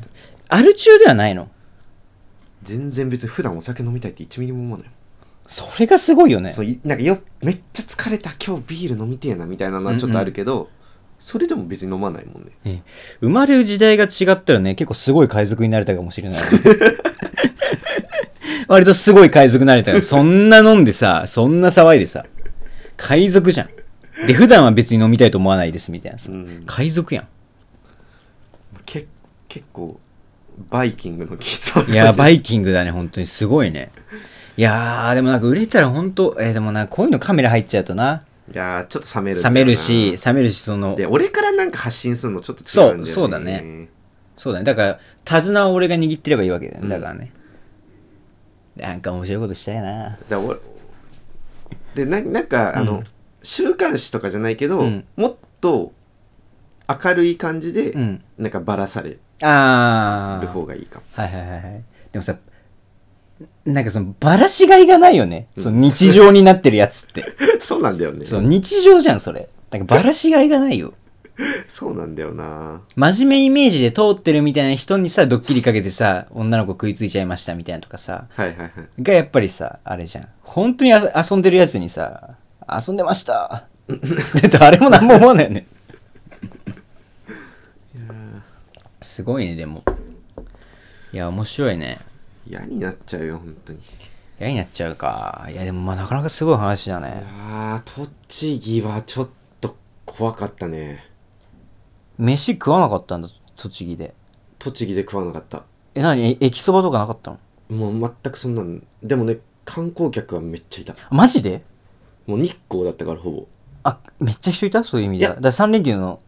[SPEAKER 2] アル中ではないの
[SPEAKER 1] 全然別に普段お酒飲みたいって1ミリも思わない
[SPEAKER 2] それがすごいよね
[SPEAKER 1] そういなんかよめっちゃ疲れた今日ビール飲みてえなみたいなのはちょっとあるけど、それでも別に飲まないもんね
[SPEAKER 2] ええ生まれる時代が違ったらね、結構すごい海賊になれたかもし れない。割とすごい海賊になれたよ。そんな飲んでさ、そんな騒いでさ、海賊じゃん。で、普段は別に飲みたいと思わないですみたいなさ。
[SPEAKER 1] ん
[SPEAKER 2] 海賊やん。
[SPEAKER 1] け結構バイキングの喫茶
[SPEAKER 2] いや、バ
[SPEAKER 1] イ
[SPEAKER 2] イキングだね、本当に。すごいね。いやー、でもなんか売れたら本当えーでもな、こういうのカメラ入っちゃうとな、
[SPEAKER 1] いやーちょっと冷めるんだ
[SPEAKER 2] 冷
[SPEAKER 1] よな
[SPEAKER 2] めるし、冷めるし、その
[SPEAKER 1] で、俺からなんか発信するのちょっと違うんだよね
[SPEAKER 2] そうそうだねそうだね。だから、手綱を俺が握ってればいいわけだよね。
[SPEAKER 1] うん
[SPEAKER 2] だからね。なんか面白いことしたいな。
[SPEAKER 1] だから俺でななんかあの、
[SPEAKER 2] うん
[SPEAKER 1] 週刊誌とかじゃないけど、
[SPEAKER 2] うん
[SPEAKER 1] もっと明るい感じで、
[SPEAKER 2] うん。
[SPEAKER 1] なんかばらされ
[SPEAKER 2] あ
[SPEAKER 1] る
[SPEAKER 2] ー。
[SPEAKER 1] 方がいいか も
[SPEAKER 2] はいはいはいはい。でもさ、なんかその、ばらしがいがないよね。その日常になってるや つって。
[SPEAKER 1] そうなんだよね
[SPEAKER 2] そう、日常じゃん、それ。なんかばらしがいがないよ。
[SPEAKER 1] そうなんだよな
[SPEAKER 2] 真面目イメージで通ってるみたいな人にさ、ドッキリかけてさ、女の子食いついちゃいましたみたいなとかさ、
[SPEAKER 1] はいはいはい
[SPEAKER 2] がやっぱりさ、あれじゃん。本当にあ遊んでるやつにさ、遊んでました。だってあれも何も思わないよね。すごいね、でも。いや、面白いね。
[SPEAKER 1] 嫌になっちゃうよ本当にい
[SPEAKER 2] 嫌になっちゃうか。いや、でもまあなかなかすごい話だね。
[SPEAKER 1] やー栃木はちょっと怖かったね
[SPEAKER 2] 飯食わなかったんだ、栃木で。
[SPEAKER 1] 栃木で食わなかった
[SPEAKER 2] え、なに駅そばとかなかったの
[SPEAKER 1] もう全くそんなんでもね観光客はめっちゃいた
[SPEAKER 2] あマジで
[SPEAKER 1] もう日光だったからほぼ
[SPEAKER 2] あ、めっちゃ人いたそういう意味では。
[SPEAKER 1] い
[SPEAKER 2] だ3連休の。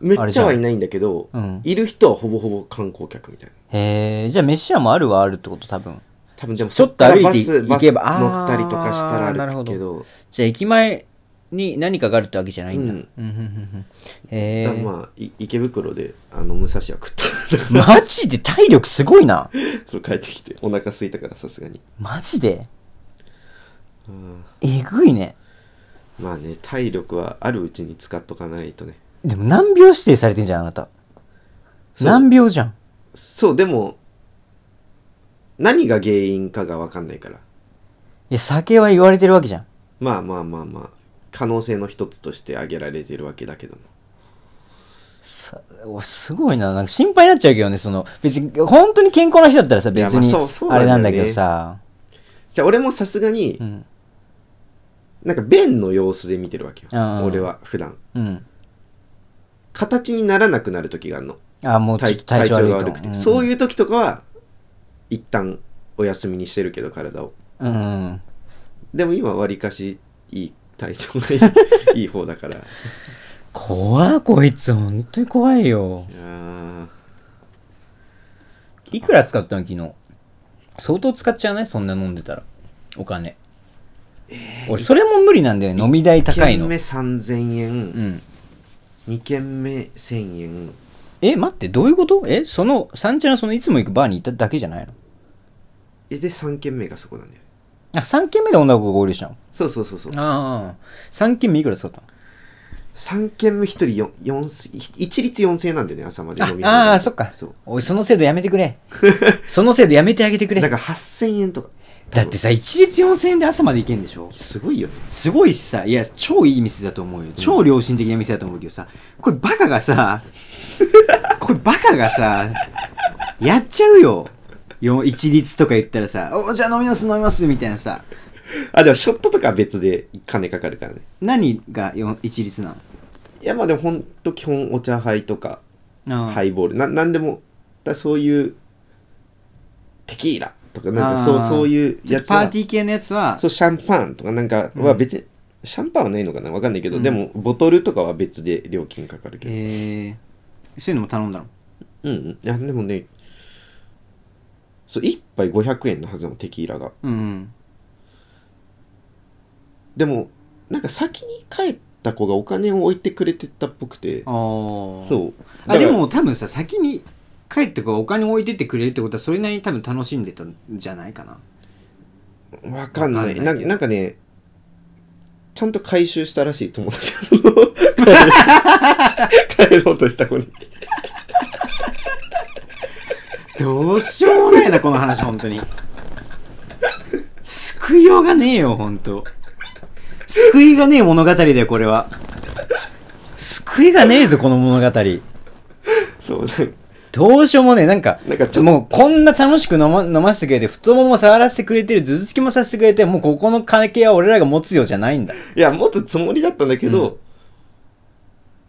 [SPEAKER 1] め
[SPEAKER 2] あ
[SPEAKER 1] っ
[SPEAKER 2] れ
[SPEAKER 1] ち
[SPEAKER 2] じゃ
[SPEAKER 1] ゃ
[SPEAKER 2] ん
[SPEAKER 1] はいないんだけど、
[SPEAKER 2] うん。
[SPEAKER 1] いる人はほぼほぼ観光客みたいな
[SPEAKER 2] へえ、じゃあ飯屋もあるはあるってこと多分。
[SPEAKER 1] 多分でも
[SPEAKER 2] ちょっと歩いて
[SPEAKER 1] そっからバ
[SPEAKER 2] 行
[SPEAKER 1] ス
[SPEAKER 2] けば
[SPEAKER 1] バス
[SPEAKER 2] あー
[SPEAKER 1] 乗ったりとかしたらあるけ
[SPEAKER 2] なる
[SPEAKER 1] ど
[SPEAKER 2] じゃあ駅前に何かがあるってわけじゃないんだ。
[SPEAKER 1] う
[SPEAKER 2] うんん、うん、うんうん。へ
[SPEAKER 1] だから
[SPEAKER 2] え。
[SPEAKER 1] まあい池袋であの武蔵は食った だか
[SPEAKER 2] マジで体力すごい な。
[SPEAKER 1] らそう帰ってきてお腹空いたからさすがに
[SPEAKER 2] マジで
[SPEAKER 1] うん
[SPEAKER 2] えぐいね。
[SPEAKER 1] まあね体力はあるうちに使っとかないとね
[SPEAKER 2] でも難病指定されてんじゃん、あなた。
[SPEAKER 1] そう
[SPEAKER 2] 難病じゃん。
[SPEAKER 1] そうでも何が原因かが分かんないから
[SPEAKER 2] いや、酒は言われてるわけじゃん。
[SPEAKER 1] まあまあまあまあ可能性の一つとして挙げられてるわけだけども
[SPEAKER 2] さおすごいな。なんか心配になっちゃうけどね、その、別に、本当に健康な人だったらさ、別
[SPEAKER 1] い
[SPEAKER 2] に
[SPEAKER 1] やまあそうそう、なん
[SPEAKER 2] あ
[SPEAKER 1] だ
[SPEAKER 2] れ
[SPEAKER 1] よね
[SPEAKER 2] なんだけどさ。
[SPEAKER 1] じゃあ俺もさすがに
[SPEAKER 2] うん。
[SPEAKER 1] なんか便の様子で見てるわけよ
[SPEAKER 2] あー
[SPEAKER 1] 俺は普段
[SPEAKER 2] うん。
[SPEAKER 1] 形にならなくなる時があるの
[SPEAKER 2] あ、もうちょっ
[SPEAKER 1] 体
[SPEAKER 2] と
[SPEAKER 1] 体
[SPEAKER 2] 体調悪
[SPEAKER 1] 調
[SPEAKER 2] い
[SPEAKER 1] が
[SPEAKER 2] と。
[SPEAKER 1] 悪くて、
[SPEAKER 2] うん
[SPEAKER 1] そういう時とかは一旦お休みにしてるけど体を
[SPEAKER 2] うんうん。
[SPEAKER 1] でも今わりかしいい体調がい いいい方だからい
[SPEAKER 2] 怖い、こいつ。本当に怖いよ。
[SPEAKER 1] やー
[SPEAKER 2] いくら使ったの昨日。相当使っちゃわないそんな飲んでたら。お金。俺、それも無理なんだよね。飲み代高い
[SPEAKER 1] 1軒
[SPEAKER 2] の
[SPEAKER 1] 目。3000円、
[SPEAKER 2] うん。
[SPEAKER 1] 2軒目1000円
[SPEAKER 2] え、待って、どういうことえ、その、三茶のその、いつも行くバーに行っただけじゃないの
[SPEAKER 1] えで3軒目がそこなんだよ
[SPEAKER 2] あ、三軒目で女の子が合流したの
[SPEAKER 1] そうそうそうそう
[SPEAKER 2] ああ。三軒目いくら使ったの
[SPEAKER 1] 3軒目1人よ四一律4000円なんだよね朝まで飲み
[SPEAKER 2] ああー、そっか。
[SPEAKER 1] そう
[SPEAKER 2] おい、その制度やめてく れ。その制度やめてあげてくれ。
[SPEAKER 1] だから8000円とか
[SPEAKER 2] だってさ、一律4000円で朝まで行けんでしょ
[SPEAKER 1] すごいよね
[SPEAKER 2] すごいしさ、いや、超いい店だと思うよ。超良心的な店だと思うけどさ、これバカがさ、これバカがさ、やっちゃうよ。よ一律とか言ったらさ、おじゃあ飲みます飲みますみたいなさ、
[SPEAKER 1] あでもショットとかは別で金かかるからね
[SPEAKER 2] 何がよ一律ない
[SPEAKER 1] やまあでもほんと基本お茶杯とか
[SPEAKER 2] の
[SPEAKER 1] ハ
[SPEAKER 2] い。
[SPEAKER 1] イボールななんでもだそういうテキーラとかなんかそう
[SPEAKER 2] あー
[SPEAKER 1] そういうやつ
[SPEAKER 2] パ
[SPEAKER 1] は
[SPEAKER 2] ーティー系のやつは、
[SPEAKER 1] そうシャンパンとかなんかは別に、シャンパンはないのかなわかんないけど、
[SPEAKER 2] うん
[SPEAKER 1] でもボトルとかは別で料金かかるけど、
[SPEAKER 2] えー、そういうのも頼んだの
[SPEAKER 1] うんうんいやでもねそう1杯500円のはずなのテキーラが
[SPEAKER 2] うん。
[SPEAKER 1] でもなんか先に帰った子がお金を置いてくれてたっぽくて
[SPEAKER 2] ああ。
[SPEAKER 1] そうだか
[SPEAKER 2] あ、
[SPEAKER 1] ら
[SPEAKER 2] でも多分さ、先に帰ってこうお金置いてってくれるってことは、それなりに多分楽しんでたんじゃないかな。
[SPEAKER 1] わかんない
[SPEAKER 2] わかん
[SPEAKER 1] な
[SPEAKER 2] ない
[SPEAKER 1] ん
[SPEAKER 2] けど
[SPEAKER 1] なんかねちゃんと回収したらしい友達が その帰る帰ろうとした子に
[SPEAKER 2] どうしようもないな、この話、本当に。救いようがねえよ、本当救いがねえ物語だよ、これは。救いがねえぞ、この物語。
[SPEAKER 1] そうなん
[SPEAKER 2] どうしようもねえ。なんか、
[SPEAKER 1] なんかちょっと
[SPEAKER 2] もうこんな楽しく飲ま飲ませてくれて、太ももも触らせてくれてる、頭突きもさせてくれて、もうここの関係は俺らが持つよじゃないんだ。
[SPEAKER 1] いや持つつもりだったんだけ ど、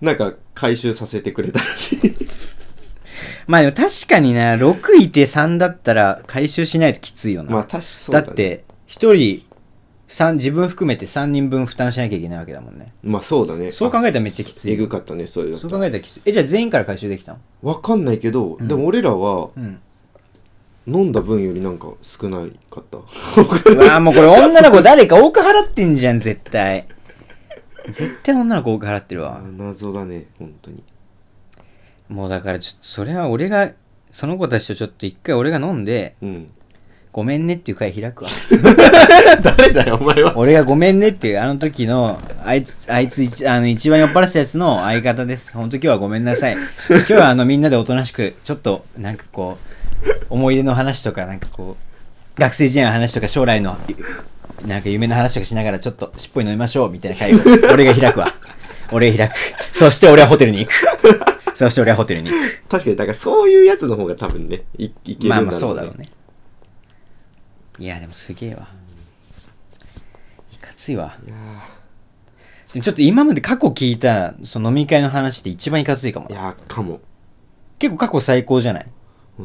[SPEAKER 1] なんか回収させてくれたらしい
[SPEAKER 2] まあでも確かにな、6いて3だったら回収しないときついよな。
[SPEAKER 1] まあ確かそう
[SPEAKER 2] だ
[SPEAKER 1] だ,、ね、
[SPEAKER 2] って、1人、三自分含めて3人分負担しなきゃいけないわけだもんね。
[SPEAKER 1] まあそうだね
[SPEAKER 2] そう考えたらめっちゃきつ
[SPEAKER 1] え
[SPEAKER 2] い。
[SPEAKER 1] ぐかったねそれだ
[SPEAKER 2] そう
[SPEAKER 1] と
[SPEAKER 2] 考えたらきつい。え、じゃあ全員から回収できたの
[SPEAKER 1] わかんないけど、
[SPEAKER 2] うん
[SPEAKER 1] でも俺らは
[SPEAKER 2] うん。
[SPEAKER 1] 飲んだ分よりなんか少ないかった
[SPEAKER 2] うわあもうこれ女の子誰か多く払ってんじゃん、絶対。絶対女の子多く払ってるわ。
[SPEAKER 1] 謎だね本当に
[SPEAKER 2] もうだからちょっと、それは俺が、その子たちとちょっと一回俺が飲んで、
[SPEAKER 1] うん
[SPEAKER 2] ごめんねっていう会開くわ。
[SPEAKER 1] 誰だよお前は
[SPEAKER 2] 俺がごめんねっていう、あの時の、あいつ、あいつ一、あの、一番酔っ払ってたやつの相方です。本当今日はごめんなさい。今日はあの、みんなでおとなしく、ちょっと、なんかこう、思い出の話とか、なんかこう、学生時代の話とか、将来の、なんか夢の話とかしながら、ちょっと、しっぽい飲みましょう、みたいな会を、俺が開くわ。俺が開く。そして俺はホテルに行く。そして俺はホテルに行く。
[SPEAKER 1] 確かにだからそういうやつの方が多分ねいいけるんだろう、ね、
[SPEAKER 2] まあまあ、そうだろうね。いや、でもすげえわ。いかついわ。
[SPEAKER 1] いや
[SPEAKER 2] ちょっと今まで過去聞いたその飲み会の話って一番いかついかも
[SPEAKER 1] ーい。やーかも
[SPEAKER 2] 結構過去最高じゃない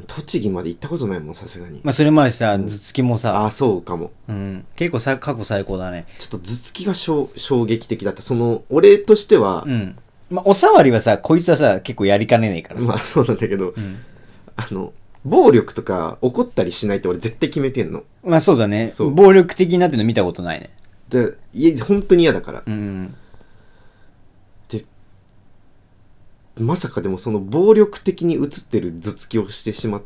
[SPEAKER 1] 栃木まで行ったことないもんさすがに、
[SPEAKER 2] まあそれまでさ、頭突きも
[SPEAKER 1] あ
[SPEAKER 2] さ、
[SPEAKER 1] あそうかも
[SPEAKER 2] うん、結構さ過去最高だね。
[SPEAKER 1] ちょっと頭突きがしょう衝撃的だったその俺としては
[SPEAKER 2] う、ん。まあおさわりはさ、こいつはさ、結構やりかねないからさ。
[SPEAKER 1] まあそうなんだけど、
[SPEAKER 2] うん。
[SPEAKER 1] あの暴力とか怒ったりしないって俺絶対決めてんの
[SPEAKER 2] まあそうだね。
[SPEAKER 1] そう
[SPEAKER 2] 暴力的になってるの見たことないね。
[SPEAKER 1] でいや本当に嫌だから、
[SPEAKER 2] うん。
[SPEAKER 1] まさかでもその暴力的に映ってる頭突きをしてしまっ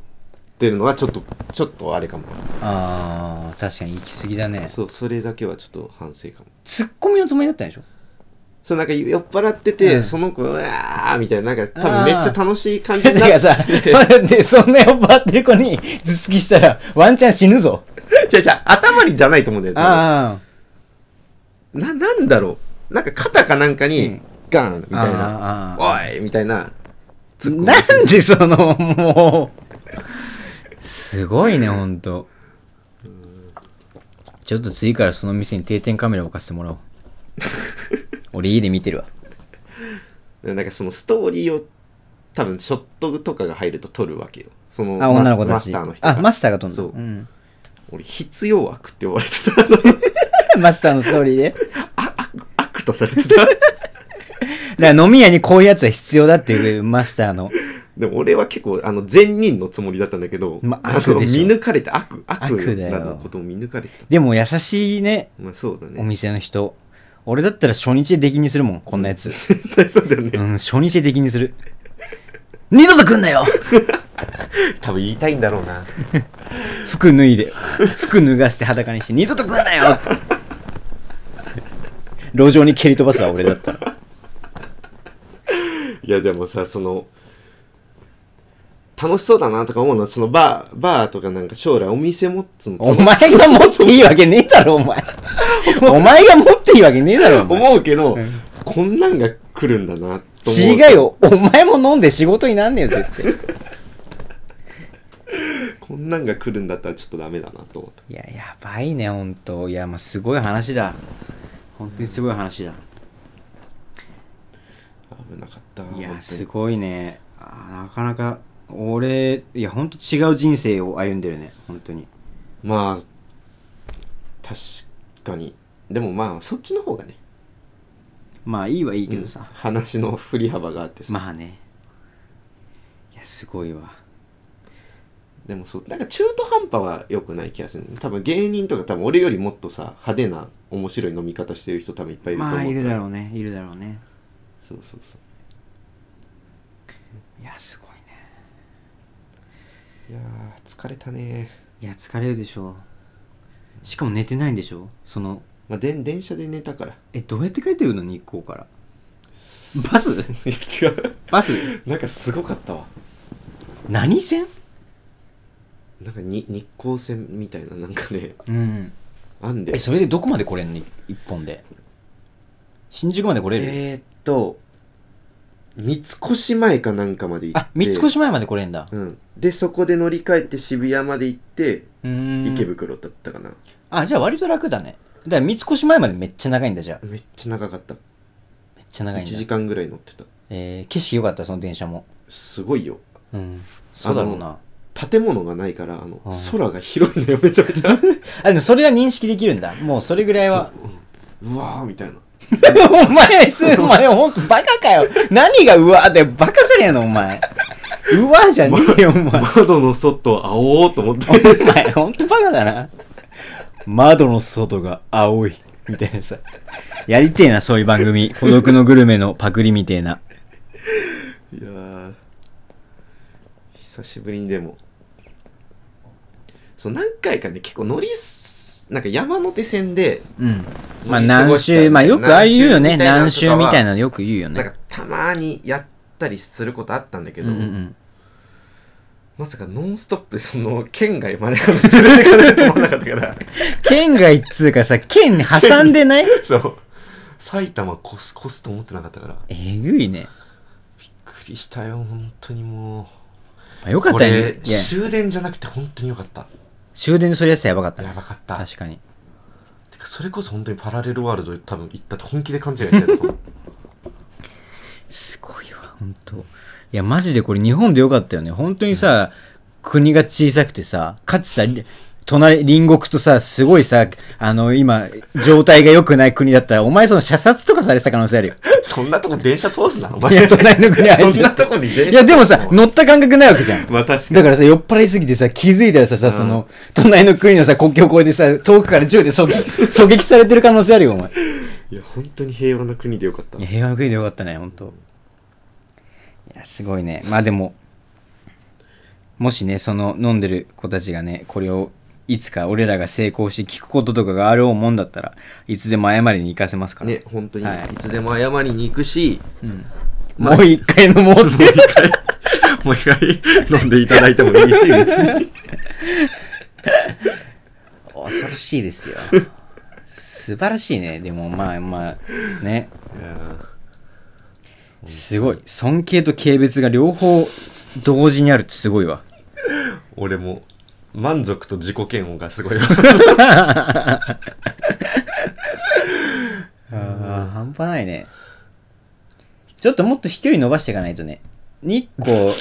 [SPEAKER 1] てるのはちょっとちょっとあれかも
[SPEAKER 2] あー、確かに行き過ぎだね。
[SPEAKER 1] そうそれだけはちょっと反省かも
[SPEAKER 2] ツッコミのつもりだったんでしょ
[SPEAKER 1] そうなんか酔っ払ってて、
[SPEAKER 2] うん
[SPEAKER 1] その子うわーみたいななんか多分めっちゃ楽しい感じ
[SPEAKER 2] だっ
[SPEAKER 1] に
[SPEAKER 2] て
[SPEAKER 1] な
[SPEAKER 2] か
[SPEAKER 1] っ
[SPEAKER 2] さ、でそんな酔っ払ってる子に頭突きしたらワンチャン死ぬぞ。
[SPEAKER 1] 違う違う頭にじゃないと思うんだよな
[SPEAKER 2] あ
[SPEAKER 1] なんだろうなんか肩かなんか
[SPEAKER 2] う
[SPEAKER 1] に
[SPEAKER 2] ん
[SPEAKER 1] ガンみ
[SPEAKER 2] あ
[SPEAKER 1] た
[SPEAKER 2] ー、
[SPEAKER 1] いな
[SPEAKER 2] あーあー
[SPEAKER 1] おいみたいなツッコミ
[SPEAKER 2] なんでその、もう。すごいね、ほんと。ちょっと次からその店に定点カメラ置かせてもら おう。俺家で見てるわ。
[SPEAKER 1] なんかそのストーリーを多分ショットとかが入ると撮るわけよその
[SPEAKER 2] あ、
[SPEAKER 1] マス
[SPEAKER 2] 女の子た
[SPEAKER 1] マ
[SPEAKER 2] ち。
[SPEAKER 1] スターの人
[SPEAKER 2] あ、
[SPEAKER 1] が
[SPEAKER 2] マスターが飛んだ。、
[SPEAKER 1] そうん 俺必要悪って言われてたあの
[SPEAKER 2] マスターのストーリーで。
[SPEAKER 1] あ悪悪とされて た
[SPEAKER 2] だから飲み屋にこういうやつは必要だっていうマスターの。
[SPEAKER 1] でも俺は結構あの善人のつもりだったんだけど、
[SPEAKER 2] まあ
[SPEAKER 1] あの
[SPEAKER 2] 悪でしょ
[SPEAKER 1] 見抜かれて悪悪
[SPEAKER 2] 悪だよ
[SPEAKER 1] なのことを見抜かれてた
[SPEAKER 2] でも優しいね、
[SPEAKER 1] まあそうだね
[SPEAKER 2] お店の人。俺だったら初日で出禁にするもん、こんなや つ。
[SPEAKER 1] 絶対そうだよね、
[SPEAKER 2] うん、初日で出禁にする。二度と来んなよ
[SPEAKER 1] 多分言いたいんだろうな
[SPEAKER 2] 服脱いで服脱がして裸にして二度と来んなよ路上に蹴り飛ばすわ俺だったら
[SPEAKER 1] いやでもさその楽しそうだなとか思うのはそのバーバーとかなんか将来お店持つの
[SPEAKER 2] お
[SPEAKER 1] と
[SPEAKER 2] 前が持っていいわけねえだろお前お前が持っていいわけねえだろお前
[SPEAKER 1] 思うけど、
[SPEAKER 2] ん
[SPEAKER 1] こんなんが来るんだなと思う
[SPEAKER 2] 違うよお前も飲んで仕事になんねえよ絶対
[SPEAKER 1] こんなんが来るんだったらちょっとダメだなと思った
[SPEAKER 2] いややばいねほんといやまあすごい話だ本当にすごい話だ
[SPEAKER 1] 危なかった
[SPEAKER 2] いやす
[SPEAKER 1] い
[SPEAKER 2] ごいねあーなかなか俺いやほんと違う人生を歩んでるね本当に
[SPEAKER 1] まあ確かにでもまあそっちの方がね
[SPEAKER 2] まあいいはいいけどさ、
[SPEAKER 1] 話の振り幅があってさ、
[SPEAKER 2] まあねいやすごいわ
[SPEAKER 1] でもそうなんか中途半端は良くない気がする多分芸人とか多分俺よりもっとさ派手な面白い飲み方してる人多分いっぱいいると思う
[SPEAKER 2] まあいる
[SPEAKER 1] から
[SPEAKER 2] だろうねいるだろうね
[SPEAKER 1] そうそうそ
[SPEAKER 2] いやすごいね
[SPEAKER 1] ういやー疲れたね
[SPEAKER 2] いや疲れるでしょうしかも寝てないんでしょその
[SPEAKER 1] まあで電車で寝たから
[SPEAKER 2] えどうやって帰ってくるの日光からバス
[SPEAKER 1] いや違う
[SPEAKER 2] バス
[SPEAKER 1] なんかすごかったわ
[SPEAKER 2] 何線
[SPEAKER 1] なんかに日光線みたいななんかね
[SPEAKER 2] うん
[SPEAKER 1] あんで
[SPEAKER 2] えそれでどこまで来れんの一本で新宿まで来れる、
[SPEAKER 1] えー、っと三越前かなんかまで行って
[SPEAKER 2] あ三越前まで来れんだ
[SPEAKER 1] うんでそこで乗り換えて渋谷まで行って
[SPEAKER 2] うーん
[SPEAKER 1] 池袋だったかな、
[SPEAKER 2] あじゃあ割と楽だねだから三越前までめっちゃ長いんだじゃあ
[SPEAKER 1] めっちゃ長かった
[SPEAKER 2] めっちゃ長いん
[SPEAKER 1] 1
[SPEAKER 2] だ
[SPEAKER 1] 時間ぐらい乗ってた
[SPEAKER 2] えー景色良かったその電車も
[SPEAKER 1] すごいよ
[SPEAKER 2] うんそうだろうな。
[SPEAKER 1] 建物がないからあの
[SPEAKER 2] あー
[SPEAKER 1] 空が広いのよめちゃめちゃ
[SPEAKER 2] あ、でもそれは認識できるんだ。もうそれぐらいは。
[SPEAKER 1] うわーみたいな
[SPEAKER 2] お前、すお前、ほんとバカ かよ。何がうわーってバカじゃねえの、お前。うわーじゃねえよ、お 前。
[SPEAKER 1] 窓の外青おと思って
[SPEAKER 2] お前、ほんとバカだな。窓の外が青い。みたいなさ。やりてえな、そういう番組。孤独のグルメのパクリみてえな。
[SPEAKER 1] いやー久しぶりにでもそう何回かね結構乗りすなんか山手線で
[SPEAKER 2] うん。ま
[SPEAKER 1] 乗
[SPEAKER 2] あ、
[SPEAKER 1] り過
[SPEAKER 2] 何
[SPEAKER 1] ごしちゃう
[SPEAKER 2] 周、まあ、よくああいうよね。何
[SPEAKER 1] 何周
[SPEAKER 2] 周みたい
[SPEAKER 1] な
[SPEAKER 2] なのよく言うよ
[SPEAKER 1] の
[SPEAKER 2] ね
[SPEAKER 1] とかは。なんかたまにやったりすることあったんだけ
[SPEAKER 2] うん
[SPEAKER 1] ど、
[SPEAKER 2] うんうん。
[SPEAKER 1] まさか「ノンストップ!」でその県外まであの連れてかれると思わなかったから
[SPEAKER 2] 県外っつうかさ、県挟んでない
[SPEAKER 1] そう埼玉越す越すと思ってなかったから
[SPEAKER 2] えぐいね。
[SPEAKER 1] びっくりしたよ本当にもう
[SPEAKER 2] まあ、よかったよね。
[SPEAKER 1] これ
[SPEAKER 2] いや、
[SPEAKER 1] 終電じゃなくて本当によかった
[SPEAKER 2] 終電でそれやってたらやばかった
[SPEAKER 1] や
[SPEAKER 2] ね。
[SPEAKER 1] ばかった
[SPEAKER 2] 確かに。
[SPEAKER 1] てかそれこそ本当にパラレルワールド多分行ったって本気で勘違いしてると思う
[SPEAKER 2] すごいわ、本当いや、マジでこれ日本でよかったよね。本当にさ、国が小さくてさ、かつさ、り隣、隣国とさ、すごいさ、あの、今、状態が良くない国だったら、お前その射殺とかされてた可能性あるよ。
[SPEAKER 1] そんなとこ電車通すなお前
[SPEAKER 2] いや、隣の 国あい
[SPEAKER 1] そんなとこに電車
[SPEAKER 2] いや、でもさ、乗った感覚ないわけじゃん。
[SPEAKER 1] まあ確か
[SPEAKER 2] だ
[SPEAKER 1] に
[SPEAKER 2] からさ、酔っ払いすぎてさ、気づいたらさ、さ、その、隣の国のさ、国境を越えてさ、遠くから銃で狙撃、狙撃されてる可能性あるよ、お前。
[SPEAKER 1] いや本当に平和な国でよかった
[SPEAKER 2] いや平和の国でよかったね本当いやすごいねまあでももしねその飲んでる子たちがねこれをいつか俺らが成功して聞くこととかがあろうもんだったらいつでも謝りに行かせますから
[SPEAKER 1] ね本当に、
[SPEAKER 2] はい
[SPEAKER 1] い、つでも謝りに行く し、
[SPEAKER 2] もう一回飲もうって
[SPEAKER 1] もう一回飲んでいただいてもいいし別に
[SPEAKER 2] 恐ろしいですよ素晴らしいねでもまあまあねすごい尊敬と軽蔑が両方同時にあるってすごいわ
[SPEAKER 1] 俺も満足と自己嫌悪がす ごいわ
[SPEAKER 2] ああ、半端ないね。ちょっともっと飛距離伸ばしていかないとね。日 光、
[SPEAKER 1] いや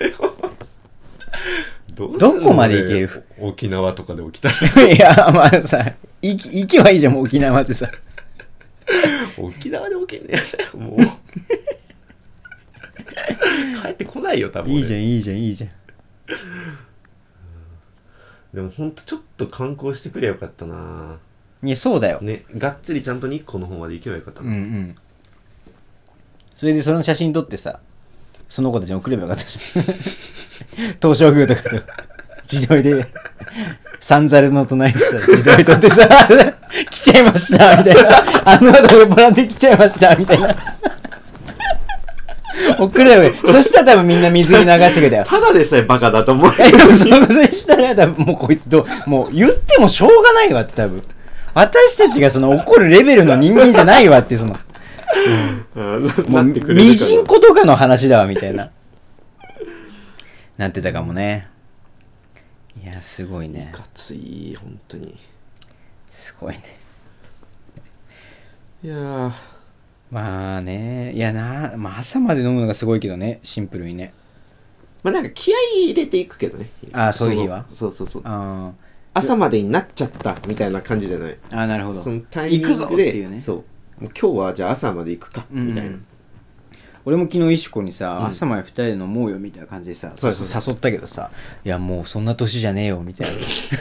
[SPEAKER 1] だよどうすんの
[SPEAKER 2] どこまで行ける
[SPEAKER 1] 俺沖縄とかで起きたら
[SPEAKER 2] いや、まあさ、行き行けばいいじゃん、もう沖縄ってさ。
[SPEAKER 1] 沖縄で起きんねや もう帰ってこないよ多分
[SPEAKER 2] い
[SPEAKER 1] 俺
[SPEAKER 2] いじゃん、いいじゃん、いいじゃん。
[SPEAKER 1] でもほんとちょっと観光してくりゃよかったない
[SPEAKER 2] や、そうだよ。
[SPEAKER 1] ねがっつりちゃんと日光の方まで行けばよかった
[SPEAKER 2] うん
[SPEAKER 1] な、
[SPEAKER 2] うん。それでその写真撮ってさ、その子たちに送ればよかったじゃん。 東照宮とかと、自撮りで、サンザルの隣でさ、自撮り撮ってさ、 来ちゃいました、みたいな。あの後でボランティア来ちゃいました、みたいな。 送ればよそしたら多分みんな水に流してくれたよ。
[SPEAKER 1] ただでさえバカだと思う
[SPEAKER 2] えでもそのそれしたら多分もうこいつどうもう言ってもしょうがないわって多分私たちがその怒るレベルの人間じゃないわってその
[SPEAKER 1] な
[SPEAKER 2] もう
[SPEAKER 1] ってくれるから
[SPEAKER 2] みじんことかの話だわみたいな なってたかもねいやすごいね
[SPEAKER 1] がついほんとに
[SPEAKER 2] すごいね
[SPEAKER 1] いやー
[SPEAKER 2] まあねいやな、まあ、朝まで飲むのがすごいけどねシンプルにね
[SPEAKER 1] まあなんか気合い入れていくけどね
[SPEAKER 2] あーそういう日は
[SPEAKER 1] そのそうそうそう
[SPEAKER 2] あー
[SPEAKER 1] 朝までになっちゃったみたいな感じじゃない
[SPEAKER 2] あーなるほど
[SPEAKER 1] そのタイミングで
[SPEAKER 2] 行くぞっていうね
[SPEAKER 1] そうもう今日はじゃあ朝まで行くかみたいな、
[SPEAKER 2] うん俺も昨日石子にさ、
[SPEAKER 1] ん
[SPEAKER 2] 朝まで二人で飲もうよみたいな感じでさ、
[SPEAKER 1] そうそう
[SPEAKER 2] 誘ったけどさ「いやもうそんな年じゃねえよ」みたい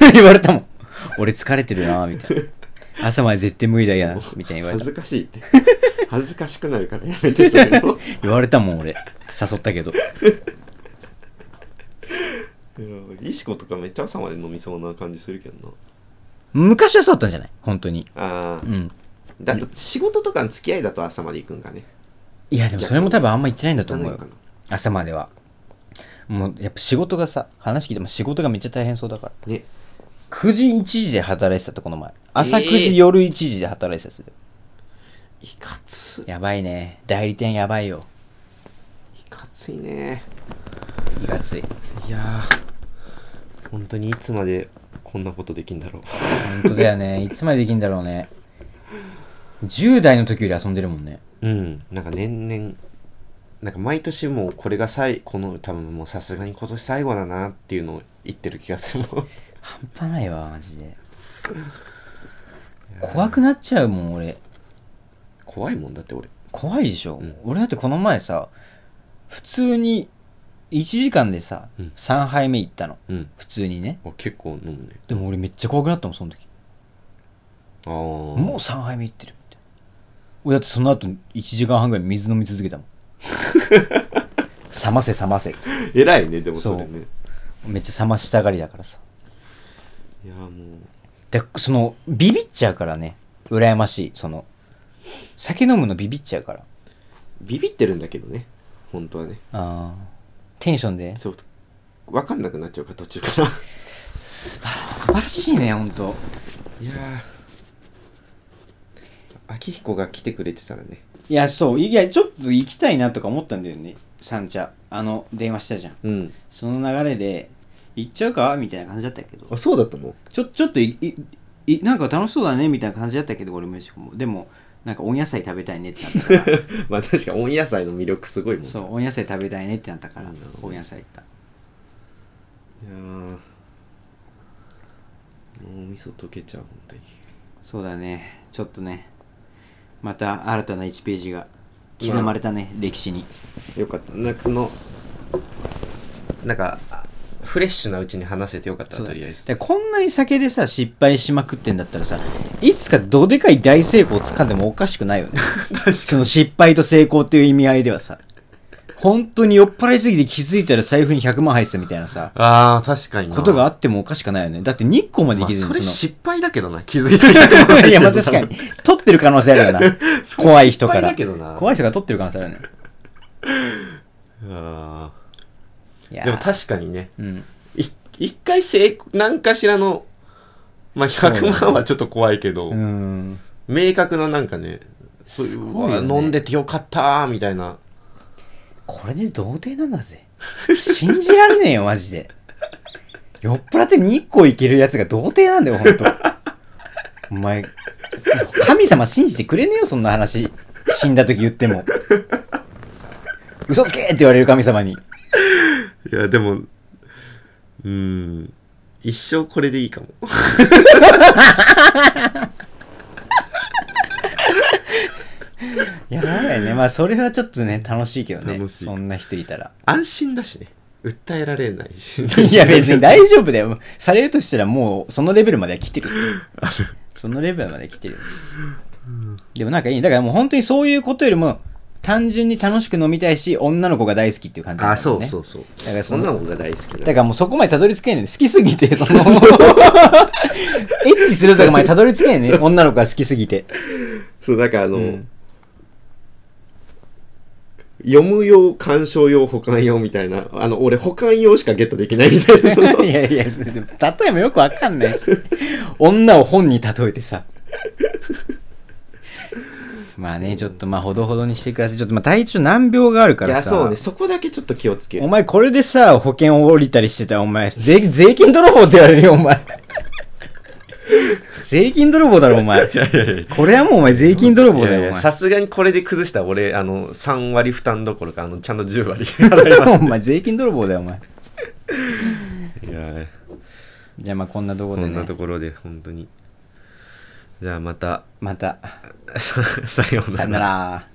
[SPEAKER 2] な 言われたもん「俺疲れてるな」みたいな「朝まで絶対無理だよ」みたいな言われ
[SPEAKER 1] 恥
[SPEAKER 2] た
[SPEAKER 1] ずかしいって 恥ずかしくなるからやめてそれ を
[SPEAKER 2] 言われたもん俺誘ったけど
[SPEAKER 1] いや石子とかめっちゃ朝まで飲みそうな感じするけどな
[SPEAKER 2] 昔はそうだったんじゃない本当に
[SPEAKER 1] ああ
[SPEAKER 2] うん
[SPEAKER 1] だと仕事とかの付き合いだと朝まで行くんかね
[SPEAKER 2] いやでもそれも多分あんま言ってないんだと
[SPEAKER 1] 行か
[SPEAKER 2] 思う
[SPEAKER 1] ない
[SPEAKER 2] よ
[SPEAKER 1] かな
[SPEAKER 2] 朝まではもうやっぱ仕事がさ話聞いても仕事がめっちゃ大変そうだから
[SPEAKER 1] ね
[SPEAKER 2] 9時1時で働いてたってこの前朝9時、
[SPEAKER 1] えー
[SPEAKER 2] 夜1時で働いてたやつ
[SPEAKER 1] いかつい
[SPEAKER 2] やばいね代理店やばいよ
[SPEAKER 1] かついね
[SPEAKER 2] いかつい
[SPEAKER 1] いやー本当にいつまでこんなことできんだろう
[SPEAKER 2] 本当だ よね。いつまでできんだろうね。10代の時より遊んでるもんね。
[SPEAKER 1] うんなんか年々なんか毎年もうこれが最この多分もうさすがに今年最後だなっていうのを言ってる気がする もん
[SPEAKER 2] 半端ないわマジで怖くなっちゃうもん俺
[SPEAKER 1] 怖いもんだって俺
[SPEAKER 2] 怖いでしょ、
[SPEAKER 1] うん
[SPEAKER 2] 俺だってこの前さ普通に1時間でさ、
[SPEAKER 1] うん
[SPEAKER 2] 3杯目行ったの
[SPEAKER 1] うん
[SPEAKER 2] 普通にね
[SPEAKER 1] あ結構飲むね
[SPEAKER 2] でも俺めっちゃ怖くなったもんその時、
[SPEAKER 1] ああ
[SPEAKER 2] もう3杯目行ってるって俺だってその後1時間半ぐらい水飲み続け たもん冷ませ冷ませ
[SPEAKER 1] 偉いねでもそれ
[SPEAKER 2] そ
[SPEAKER 1] ね
[SPEAKER 2] めっちゃ冷ましたがりだからさ
[SPEAKER 1] いやもう
[SPEAKER 2] でそのビビっちゃうからね羨ましいその酒飲むのビビっちゃうから
[SPEAKER 1] ビビってるんだけどね本当はね
[SPEAKER 2] あーテンションで
[SPEAKER 1] そう分かんなくなっちゃうから途中から
[SPEAKER 2] 素晴ら素晴らしいね本当
[SPEAKER 1] いやー明彦が来てくれてたらね
[SPEAKER 2] いやそういやちょっと行きたいなとか思ったんだよね三茶あの電話したじゃん
[SPEAKER 1] うん
[SPEAKER 2] その流れで行っちゃうかみたいな感じだったけど
[SPEAKER 1] あそうだったの
[SPEAKER 2] ちょちょっといいいなんか楽しそうだねみたいな感じだったけど俺もよしこもでもなんか温野菜食べたいねってなったから
[SPEAKER 1] まあ確か温野菜の魅力すご いもんね
[SPEAKER 2] そう温野菜食べたいねってなったから
[SPEAKER 1] うん
[SPEAKER 2] 温野菜行った
[SPEAKER 1] いやー脳みそ溶けちゃう本当に
[SPEAKER 2] そうだねちょっとねまた新たな1ページが刻まれたね、歴史に
[SPEAKER 1] よかったなんかこのなんかあフレッシュなうちに話せてよかった
[SPEAKER 2] そ
[SPEAKER 1] な
[SPEAKER 2] うだ
[SPEAKER 1] とりあえず
[SPEAKER 2] でこんなに酒でさ失敗しまくってんだったらさいつかどでかい大成功を掴んでもおかしくないよねその失敗と成功っていう意味合いではさ本当に酔っ払いすぎて気づいたら財布に100万入ってたみたいなさ
[SPEAKER 1] ああ確かに
[SPEAKER 2] ことがあ
[SPEAKER 1] あ
[SPEAKER 2] ってもおかしくないよねだって日光まで
[SPEAKER 1] まあ、
[SPEAKER 2] 行けてる
[SPEAKER 1] そ
[SPEAKER 2] ん
[SPEAKER 1] れ
[SPEAKER 2] で
[SPEAKER 1] 失敗だけどな気づいてなく
[SPEAKER 2] いや まあ確かに取ってる可能性あるよな怖い人か
[SPEAKER 1] 失敗だ
[SPEAKER 2] ら
[SPEAKER 1] けどな
[SPEAKER 2] 怖い人が取ってる可能性あるよね
[SPEAKER 1] あ
[SPEAKER 2] い
[SPEAKER 1] ー
[SPEAKER 2] や
[SPEAKER 1] でも確かにね
[SPEAKER 2] うん
[SPEAKER 1] い一回成功何かしらのまあ
[SPEAKER 2] そうだね
[SPEAKER 1] 100万はちょっと怖いけど、
[SPEAKER 2] うん
[SPEAKER 1] 明確ななんかねそういう
[SPEAKER 2] す
[SPEAKER 1] う
[SPEAKER 2] ごい
[SPEAKER 1] わ
[SPEAKER 2] よね
[SPEAKER 1] 飲んでてよかったーみたいな
[SPEAKER 2] これで童貞なんだぜ。信じられねえよ、マジで。酔っ払って日光行けるやつが童貞なんだよ、ほんと。お前、神様信じてくれねえよ、そんな話。死んだ時言っても。嘘つけって言われる神様に。
[SPEAKER 1] いや、でも、うーん、一生これでいいかも。
[SPEAKER 2] やばいね。まあ、それはちょっとね、楽しいけどね。
[SPEAKER 1] 楽しい
[SPEAKER 2] そんな人いたら。
[SPEAKER 1] 安心だしね。訴えられないし。
[SPEAKER 2] いや、別に大丈夫だよ。されるとしたらもう、そのレベルまでは来てるって。
[SPEAKER 1] あそう
[SPEAKER 2] そのレベルまで来てる。でもなんかいい。だからもう本当にそういうことよりも、単純に楽しく飲みたいし、女の子が大好きっていう感じなん
[SPEAKER 1] あ、
[SPEAKER 2] だよ
[SPEAKER 1] そう
[SPEAKER 2] ね。
[SPEAKER 1] そうそう。
[SPEAKER 2] だからそ
[SPEAKER 1] そ
[SPEAKER 2] の
[SPEAKER 1] んなのが大好きなの
[SPEAKER 2] だからもうそこまでたどり着けないのよ好きすぎて、そ の、エッチするとかまでたどり着けないね。女の子が好きすぎて。
[SPEAKER 1] そう、だからあの、
[SPEAKER 2] うん
[SPEAKER 1] 読む用、鑑賞用、保管用みたいな、あの、俺、保管用しかゲットできないみたいな、その
[SPEAKER 2] いやいや、例えもよくわかんないし。女を本に例えてさ。まあね、ちょっとまあほどほどにしてください。ちょっとまあ体調難病があるか
[SPEAKER 1] い
[SPEAKER 2] ら
[SPEAKER 1] や、
[SPEAKER 2] さ。
[SPEAKER 1] そうね、そこだけちょっと気をつけ
[SPEAKER 2] お
[SPEAKER 1] る。
[SPEAKER 2] 前これでさ、保険を降りたりしてたらお前、税税金泥棒って言われるよ、お 前。税金泥棒だろ、お前。これはもうお前税金泥棒だ
[SPEAKER 1] いやい
[SPEAKER 2] よ、お
[SPEAKER 1] や
[SPEAKER 2] 前。
[SPEAKER 1] さすがにこれで崩したら俺、あの、3割負担どころか、あの、ちゃんと10割 払いま
[SPEAKER 2] お前税金泥棒だよ、お前。
[SPEAKER 1] す。いや、
[SPEAKER 2] じゃあまあこんなとこ
[SPEAKER 1] こ
[SPEAKER 2] で
[SPEAKER 1] んな
[SPEAKER 2] ね。
[SPEAKER 1] ところで、本当に。じゃあ、また、
[SPEAKER 2] また、
[SPEAKER 1] さよう
[SPEAKER 2] さよなら。